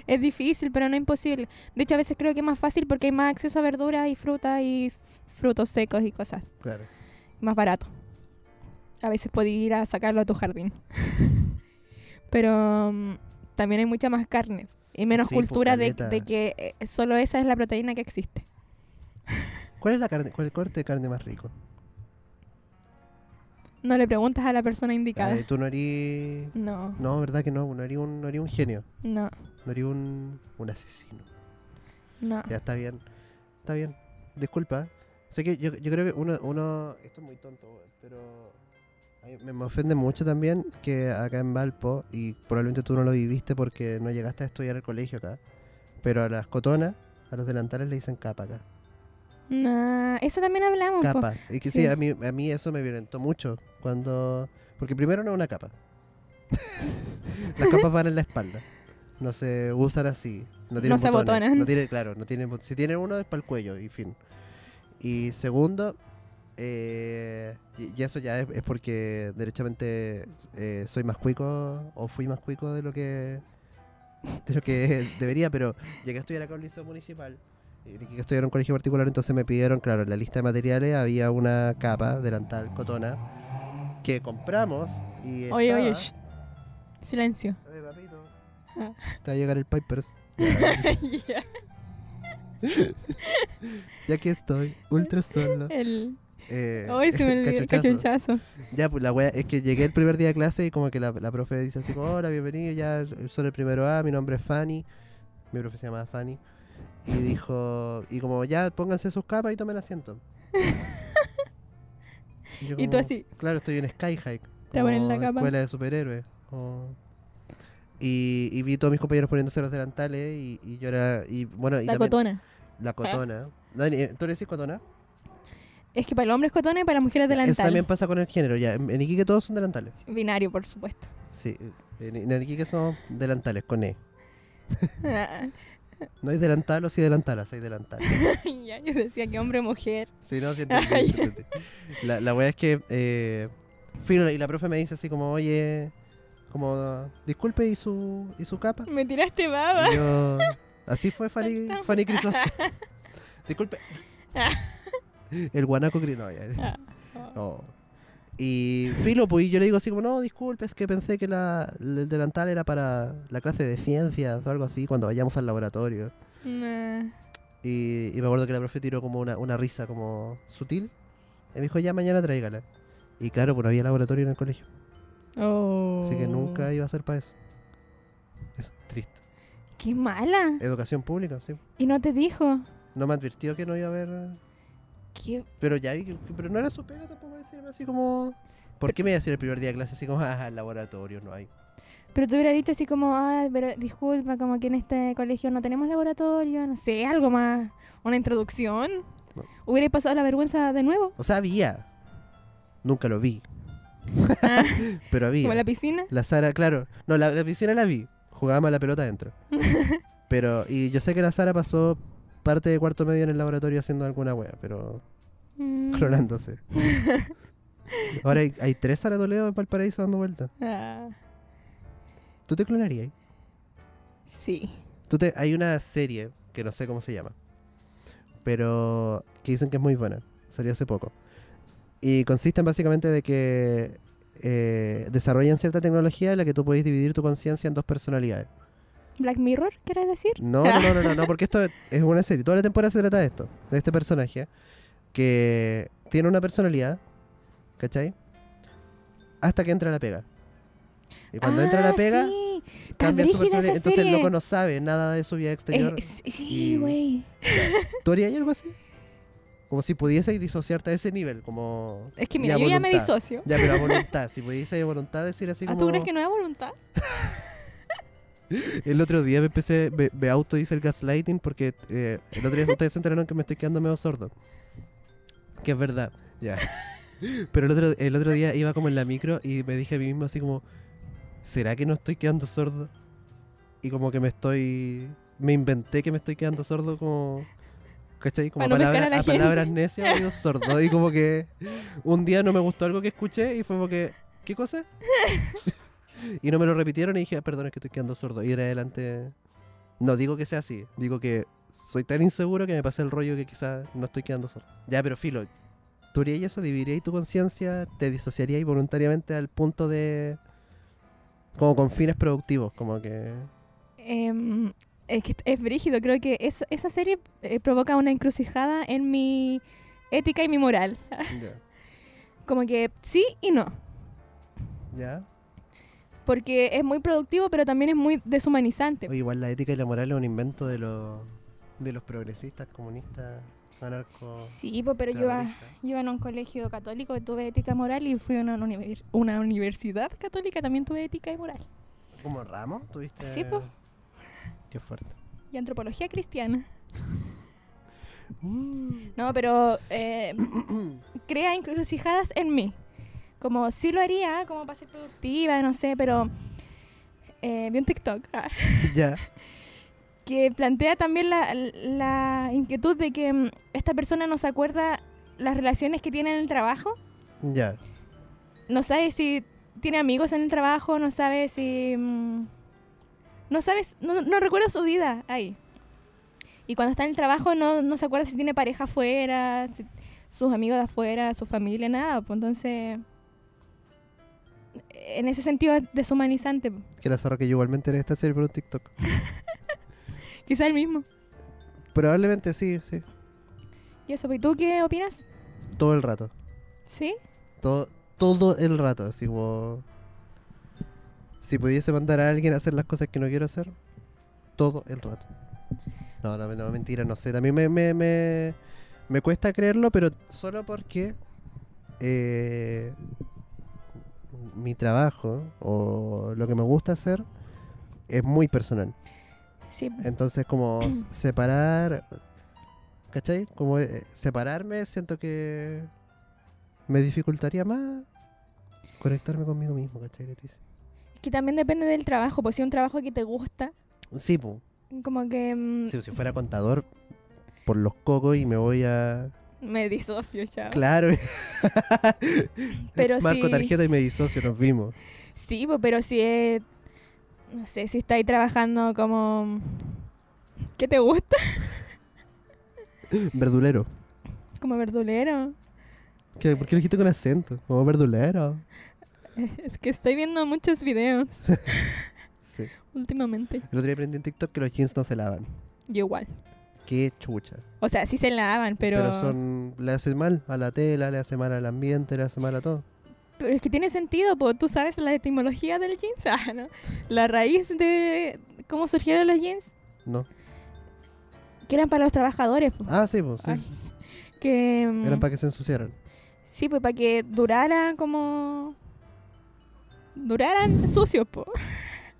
S2: Es difícil, pero no imposible. De hecho, a veces creo que es más fácil porque hay más acceso a verduras y frutas y f- frutos secos y cosas.
S1: Claro.
S2: Más barato. A veces puedes ir a sacarlo a tu jardín. pero mm, también hay mucha más carne y menos
S1: Sí, pues,
S2: cultura de,
S1: caleta.
S2: de que eh, solo esa es la proteína que existe.
S1: ¿Cuál es la carne, cuál es el corte de carne más rico?
S2: No le preguntas a la persona indicada.
S1: Ay, Eh, tú no harías...
S2: No,
S1: No, verdad que no, no harías un, no harí un genio,
S2: no,
S1: no harías un, un asesino.
S2: no.
S1: Ya está bien, está bien. Disculpa. Sé que yo, yo creo que uno, uno... Esto es muy tonto, weón, pero... a mí Me, me ofende mucho también que acá en Valpo, y probablemente tú no lo viviste porque no llegaste a estudiar al colegio acá, pero a las cotonas, a los delantales le dicen capa acá.
S2: Nah, eso también hablamos. po.
S1: Capa. Y que sí,
S2: sí.
S1: a, mí, a mí eso me violentó mucho cuando... Porque primero no es una capa. Las capas van en la espalda. No se usan así. No,
S2: No
S1: tienen
S2: se
S1: botones,
S2: abotonan.
S1: No tiene, claro, no tienen, bot- si tienen uno es para el cuello, y fin. Y segundo, eh, y, y eso ya es, es porque derechamente eh, soy más cuico o fui más cuico de lo que de lo que debería, pero llegué a estudiar acá en un liceo municipal y que estudiar en un colegio particular, entonces me pidieron, claro, en la lista de materiales había una capa delantal cotona que compramos y
S2: Oye, oye,
S1: estaba-
S2: shh. Silencio.
S1: Oye, papito,
S2: Ah.
S1: Te va a llegar el Pipers. Ya,
S2: Ya,
S1: ya que estoy, ultra solo.
S2: el...
S1: Eh,
S2: Hoy se me olvidó el
S1: cachuchazo.
S2: cachuchazo.
S1: Ya, pues la wea, es que llegué el primer día de clase y como que la, la profe dice así como, hola, bienvenido, ya soy el primero A, mi nombre es Fanny, mi profe se llamaba Fanny, y dijo, y como ya pónganse sus capas y tomen asiento. yo
S2: Y tú
S1: como,
S2: así.
S1: Claro, estoy en Skyhike.
S2: Te ponen la
S1: como
S2: capa.
S1: Escuela de superhéroes. como- Y, y vi todos mis compañeros poniéndose los delantales y, y yo era, y bueno, y
S2: La
S1: también-
S2: cotona.
S1: La cotona. Dani, eh, ¿Tú le decís cotona?
S2: Es que para el hombre es cotona y para la mujer es
S1: Ya, Eso también
S2: delantal.
S1: pasa con el género, ya. En en Iquique todos son delantales.
S2: Binario, por supuesto.
S1: Sí, en, en Iquique son delantales, con E.
S2: Ah,
S1: No hay delantal o sí delantalas, hay delantales.
S2: ya, yo decía que hombre o mujer.
S1: Sí, no, sí entendí,
S2: Ah,
S1: sí
S2: ya.
S1: entendí. La, la wea es que, eh, filo, y la profe me dice así como, oye, como, disculpe, ¿y su, y su capa?
S2: Me tiraste baba.
S1: Y yo, así fue Fanny, Fanny Crisóstomo. Disculpe. Ah. El guanaco cri- no, ya. No. Y filo, pues y yo le digo así como, no, disculpe, es que pensé que la, el delantal era para la clase de ciencias o algo así, cuando vayamos al laboratorio.
S2: Nah.
S1: Y, y me acuerdo que la profe tiró como una, una risa como sutil. Y me dijo, ya mañana tráigala. Y claro, pues no había laboratorio en el colegio.
S2: Oh.
S1: Así que nunca iba a ser para eso. Es triste.
S2: Qué mala.
S1: Educación pública, sí.
S2: Y no te dijo.
S1: No me advirtió que no iba a haber... eh,
S2: Qué...
S1: Pero ya vi que, que- pero no era su pega tampoco decirme así como... ¿Por qué me iba a decir el primer día de clase así como, ah, laboratorio no hay?
S2: Pero te hubiera dicho así como, ah, pero disculpa, como que en este colegio no tenemos laboratorio, no sé, algo más. Una introducción.
S1: No.
S2: Hubiera pasado la vergüenza de nuevo,
S1: O sea, había. Nunca lo vi.
S2: Ah.
S1: pero había.
S2: como en la
S1: La...
S2: piscina.
S1: Sara, claro. No, la, la piscina la vi. Jugábamos a la pelota adentro. pero, y yo sé que la Sara pasó parte de cuarto medio en el laboratorio haciendo alguna wea, pero
S2: Mm.
S1: clonándose. Ahora hay, hay tres Sara Toledo en Valparaíso dando vueltas.
S2: Ah,
S1: ¿Tú te clonarías?
S2: sí.
S1: Tú te, hay una serie que no sé cómo se llama, pero que dicen que es muy buena. Salió hace poco. Y consiste en básicamente de que eh, desarrollan cierta tecnología en la que tú puedes dividir tu conciencia en dos personalidades.
S2: Black Mirror, ¿quieres decir?
S1: No, no, no, no, no, no, porque esto es una serie. Toda la temporada se trata de esto, de este personaje que tiene una personalidad, ¿cachai? Hasta que entra a la pega. Y cuando entra a
S2: Ah,
S1: la pega,
S2: sí. Está
S1: cambia su
S2: brígida esa
S1: personalidad. Entonces el
S2: serie.
S1: loco no sabe nada de su vida exterior.
S2: Eh, sí,
S1: y-
S2: sí, güey.
S1: ¿Tú harías algo así? Como si pudieses disociarte a ese nivel, como...
S2: Es que mira,
S1: a
S2: yo ya me
S1: voluntad.
S2: disocio.
S1: Ya, pero a voluntad, si pudiese a voluntad decir así
S2: Ah,
S1: como...
S2: ¿Tú crees que no es voluntad?
S1: El otro día me empecé, me, me auto hice el gaslighting porque eh, el otro día ustedes se enteraron que me estoy quedando medio sordo. Que es verdad, ya. Pero el otro, el otro día iba como en la micro y me dije a mí mismo así como, ¿será que no estoy quedando sordo? Y como que me estoy, me inventé que me estoy quedando sordo como, ¿cachai? Como
S2: Pa' no pescar
S1: palabra-
S2: a la
S1: a
S2: gente.
S1: palabras necias, oído sordo. Y como que un día no me gustó algo que escuché y fue como que, ¿qué cosa? Y no me lo repitieron y dije, "Ah, perdón, es que estoy quedando sordo. Y era adelante. No digo que sea así, digo que soy tan inseguro que me pasé el rollo que quizás no estoy quedando sordo. Ya, pero filo, ¿tú harías eso? ¿Dividirías tu conciencia? ¿Te disociarías voluntariamente al punto de. como con fines productivos? Como que.
S2: Em, es que es brígido. Creo que es- esa serie eh, provoca una encrucijada en mi ética y mi moral.
S1: Ya.
S2: Como que sí y no.
S1: ¿Ya?
S2: Porque es muy productivo, pero también es muy deshumanizante.
S1: O igual la ética y la moral es un invento de los. de los progresistas, comunistas, anarcos.
S2: Sí, po, pero yo ah, iba, yo iba en un colegio católico, tuve ética y moral y fui a una, univer- una universidad católica, también tuve ética y moral.
S1: ¿Como ramo? ¿Tuviste.?
S2: Sí, po.
S1: Qué fuerte.
S2: Y antropología cristiana. No, pero eh, crea encrucijadas en mí. Como sí lo haría, como para ser productiva, no sé, pero eh, vi un TikTok ah,
S1: ya.
S2: que plantea también la, la inquietud de que mm, esta persona no se acuerda las relaciones que tiene en el trabajo,
S1: Ya.
S2: no sabe si tiene amigos en el trabajo, no sabe si... mm, no sabes, no, no recuerda su vida ahí. Y cuando está en el trabajo no, no se acuerda si tiene pareja afuera, si- sus amigos de afuera, su familia, nada. Pues entonces, eh, en ese sentido es deshumanizante. pues. po.
S1: Que la zorra que yo igualmente era esta serie por un TikTok.
S2: Quizá el mismo.
S1: Probablemente sí, sí.
S2: ¿Y eso? ¿Y tú qué opinas?
S1: Todo el rato.
S2: ¿Sí?
S1: Todo, todo el rato. Así como. Si pudiese mandar a alguien a hacer las cosas que no quiero hacer, todo el rato. No, no, no, mentira, no sé. También me, me, me, me cuesta creerlo, pero solo porque. eh, mi trabajo o lo que me gusta hacer es muy personal.
S2: Sí.
S1: Entonces, como s- separar. ¿Cachai? Como eh, separarme, siento que me dificultaría más conectarme conmigo mismo, ¿cachai, Leticia?
S2: Que también depende del trabajo, pues si es un trabajo que te gusta,
S1: Sí, po.
S2: como que mm,
S1: Sí, si fuera contador, por los cocos y me voy a.
S2: me disocio, chao.
S1: Claro.
S2: Pero
S1: Marco
S2: sí.
S1: tarjeta y me disocio, nos vimos.
S2: Sí, po, pero si es. No sé, si estáis trabajando como. ¿Qué te gusta?
S1: Verdulero.
S2: Como verdulero.
S1: ¿Qué, ¿Por qué lo dijiste con acento? Como verdulero.
S2: Es que estoy viendo muchos videos
S1: Sí.
S2: últimamente.
S1: El otro día aprendí en TikTok que los jeans no se lavan.
S2: Yo igual.
S1: Qué chucha.
S2: O sea, sí se lavan, pero.
S1: Pero son. Le hacen mal a la tela, le hace mal al ambiente, le hace mal a todo.
S2: Pero es que tiene sentido, po. Tú sabes la etimología del jeans. Ah, ¿no? La raíz de cómo surgieron los jeans.
S1: No.
S2: Que eran para los trabajadores, po.
S1: Ah, sí, pues. sí,
S2: Ay,
S1: sí.
S2: Que. mm,
S1: Eran para que se ensuciaran.
S2: Sí, pues para que durara como... Duraran sucios, po.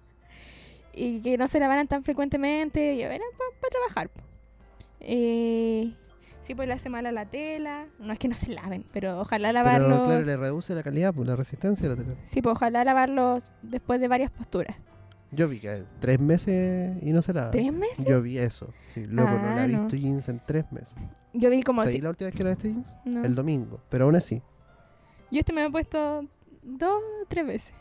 S2: y que no se lavaran tan frecuentemente. Y era para trabajar, po. Eh, sí, pues le hace mal a la tela. No es que no se laven, pero ojalá lavarlo...
S1: Pero claro, le reduce la calidad, pues, la resistencia de la tela.
S2: Sí, pues ojalá lavarlos después de varias posturas.
S1: Yo vi que tres meses y no se lava.
S2: ¿Tres meses?
S1: Yo vi eso. Sí, loco, no la
S2: Ah,
S1: he
S2: no.
S1: visto jeans en tres meses.
S2: Yo vi como
S1: ¿Sabí
S2: así.
S1: la última vez que lavaste jeans?
S2: No.
S1: El domingo. Pero aún así,
S2: Yo este me lo he puesto dos, tres veces.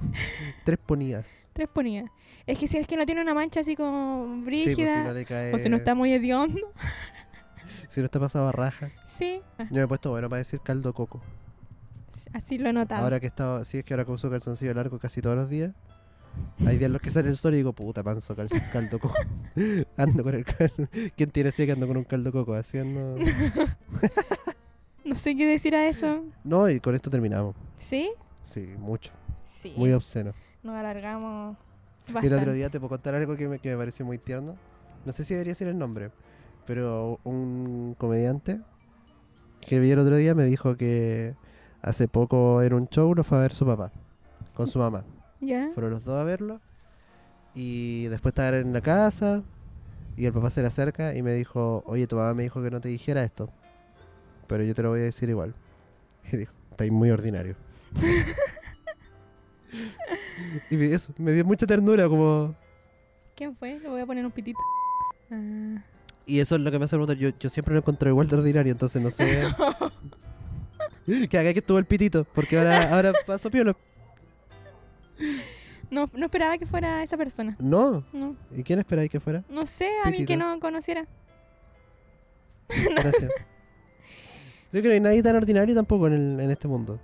S1: tres ponías.
S2: Tres ponía. Es que si es que no tiene una mancha así como
S1: Sí, pues, si no
S2: brígida,
S1: le cae.
S2: o si no está muy hediondo,
S1: Si no está pasado a raja.
S2: sí. Ah,
S1: Yo me he puesto bueno para decir caldo coco.
S2: Así lo he notado.
S1: Ahora que estaba, sí, es que ahora que uso calzoncillo largo casi todos los días. Hay días en los que sale el sol y digo, puta, panzo, calzo, caldo coco. ando con el caldo. ¿Quién tiene así que ando con un caldo coco? Haciendo.
S2: No sé qué decir a eso.
S1: No, y con esto terminamos.
S2: ¿Sí?
S1: Sí, mucho.
S2: Sí.
S1: Muy obsceno.
S2: Nos alargamos
S1: Y el otro
S2: bastante.
S1: día te puedo contar algo que me, que me pareció muy tierno. No sé si debería ser el nombre, pero un comediante que vi el otro día me dijo que hace poco era un show, lo fue a ver su papá, con su mamá.
S2: ¿Ya?
S1: Fueron los dos a verlo. Y después estaban en la casa. Y el papá se le acerca y me dijo, oye, tu mamá me dijo que no te dijera esto. Pero yo te lo voy a decir igual. Y le dijo, estáis muy ordinario. y me- eso, me dio mucha ternura como...
S2: ¿Quién fue? Le voy a poner un pitito. Ah.
S1: Y eso es lo que me hace preguntar. Yo, yo siempre lo encontré igual de ordinario, entonces no sé... que acá que estuvo el pitito, porque ahora, ahora paso piola.
S2: No, no esperaba que fuera esa persona.
S1: No,
S2: No,
S1: ¿y quién esperáis que fuera?
S2: no sé, alguien que
S1: Pitito.
S2: no conociera.
S1: Gracias. Yo creo que no hay nadie tan ordinario tampoco en, el- en este mundo.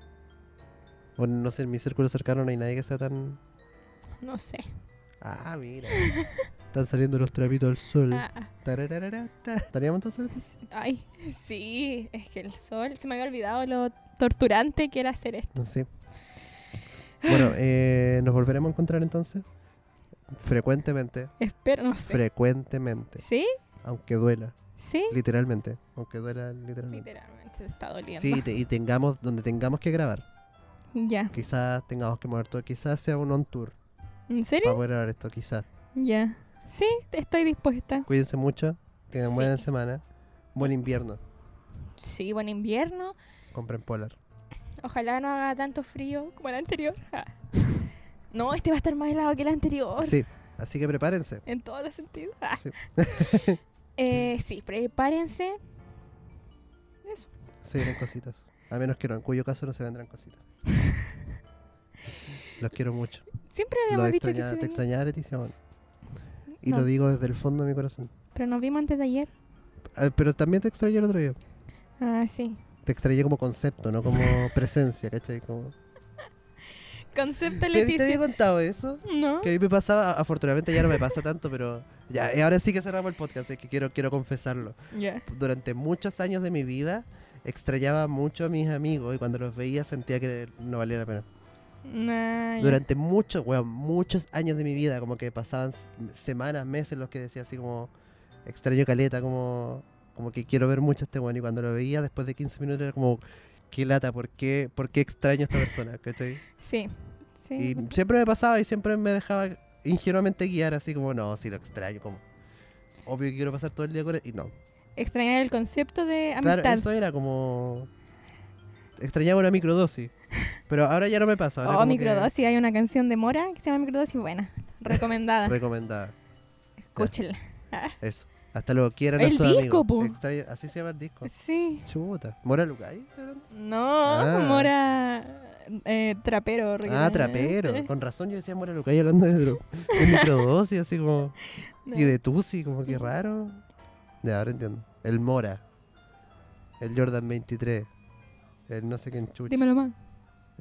S1: O no sé, en mi círculo cercano no hay nadie que sea tan.
S2: No sé.
S1: Ah, mira. Están saliendo los trapitos al sol.
S2: Ah, ah.
S1: Tararararata. ¿Estaríamos entonces? ahorita?
S2: Ay, sí, es que el sol. Se me había olvidado lo torturante que era hacer esto.
S1: No sé. Bueno, eh, nos volveremos a encontrar entonces. Frecuentemente.
S2: Espero, no sé.
S1: Frecuentemente.
S2: ¿Sí?
S1: Aunque duela.
S2: ¿Sí?
S1: Literalmente. Aunque duela literalmente.
S2: Literalmente se está doliendo.
S1: Sí, te- y tengamos donde tengamos que grabar.
S2: Ya.
S1: Quizás tengamos que mover todo. Quizás sea un on tour.
S2: ¿En serio?
S1: para poder grabar esto, quizás.
S2: Ya. Sí, te- estoy dispuesta.
S1: Cuídense mucho, tengan
S2: Sí.
S1: buena semana, buen invierno,
S2: Sí, buen invierno.
S1: compren Polar.
S2: Ojalá no haga tanto frío como el anterior. Ah. No, este va a estar más helado que el anterior.
S1: Sí, así que prepárense.
S2: En todos los sentidos. Ah.
S1: Sí.
S2: Eh, sí, prepárense.
S1: Se vienen cositas. A menos que no, en cuyo caso no se vendrán cositas. Los quiero mucho.
S2: Siempre
S1: Los
S2: habíamos dicho que
S1: extraña-
S2: se
S1: te
S2: venía-
S1: extrañaré, Leticia. bueno. Y
S2: No.
S1: lo digo desde el fondo de mi corazón.
S2: Pero nos vimos antes de ayer.
S1: Ah, Pero también te extrañé el otro día.
S2: Ah, sí.
S1: Te extrañé como concepto, no como presencia, ¿cachai? Como...
S2: Concepto
S1: ¿Te, te había
S2: Leticia.
S1: contado eso?
S2: ¿No?
S1: Que a mí me pasaba, afortunadamente ya no me pasa tanto, pero ya, y ahora sí que cerramos el podcast, es que quiero, quiero confesarlo.
S2: Ya.
S1: durante muchos años de mi vida extrañaba mucho a mis amigos y cuando los veía sentía que no valía la pena.
S2: Nah, ya.
S1: Durante muchos, weón, muchos años de mi vida, como que pasaban s- semanas, meses, los que decía así como extraño caleta, como, como que quiero ver mucho a este weón. Y cuando lo veía después de 15 minutos era como, qué lata, ¿por qué, por qué extraño a esta persona? ¿cachai?
S2: Sí. Sí.
S1: Y siempre me pasaba y siempre me dejaba ingenuamente guiar, así como, no, sí lo extraño, como, obvio que quiero pasar todo el día con él. Y no,
S2: Extrañar el concepto de amistad.
S1: Claro, eso era como. Extrañaba una microdosis. Pero ahora ya no me pasa. ahora
S2: oh,
S1: como que
S2: microdosis. Hay una canción de Mora que se llama Microdosis. Buena. Recomendada.
S1: Recomendada.
S2: Escúchenla.
S1: Eso. Hasta luego. Quieran a
S2: El
S1: sus
S2: disco,
S1: amigos.
S2: po.
S1: Extraña- Así se llama el disco.
S2: Sí.
S1: Chuta. ¿Mora Lucay? cabrón?
S2: No,
S1: Ah.
S2: Mora. eh, trapero.
S1: Ah,
S2: reggaetonero. eh.
S1: trapero. Con razón yo decía Mora Lucay hablando de, dro- de microdosis, así como.
S2: No.
S1: Y de Tusi, como que raro. Ya, ahora entiendo. El Mora. El Jordan 23. El no sé quién chucha.
S2: Dímelo más.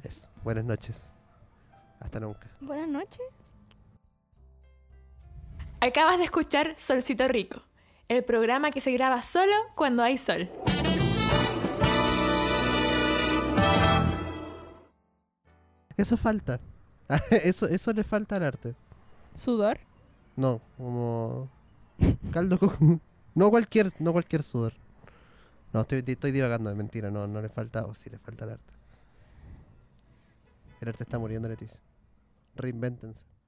S1: Eso. Buenas noches. Hasta nunca.
S2: Buenas noches.
S5: Acabas de escuchar Solcito Rico, el programa que se graba solo cuando hay sol.
S1: Eso falta. Eso, eso le falta al arte.
S2: Sudor.
S1: No, como caldo con... No cualquier, no cualquier sudor. No, estoy, estoy divagando, es mentira, no, no le falta, o sí le falta al arte. El arte está muriendo, Leticia. Reinvéntense.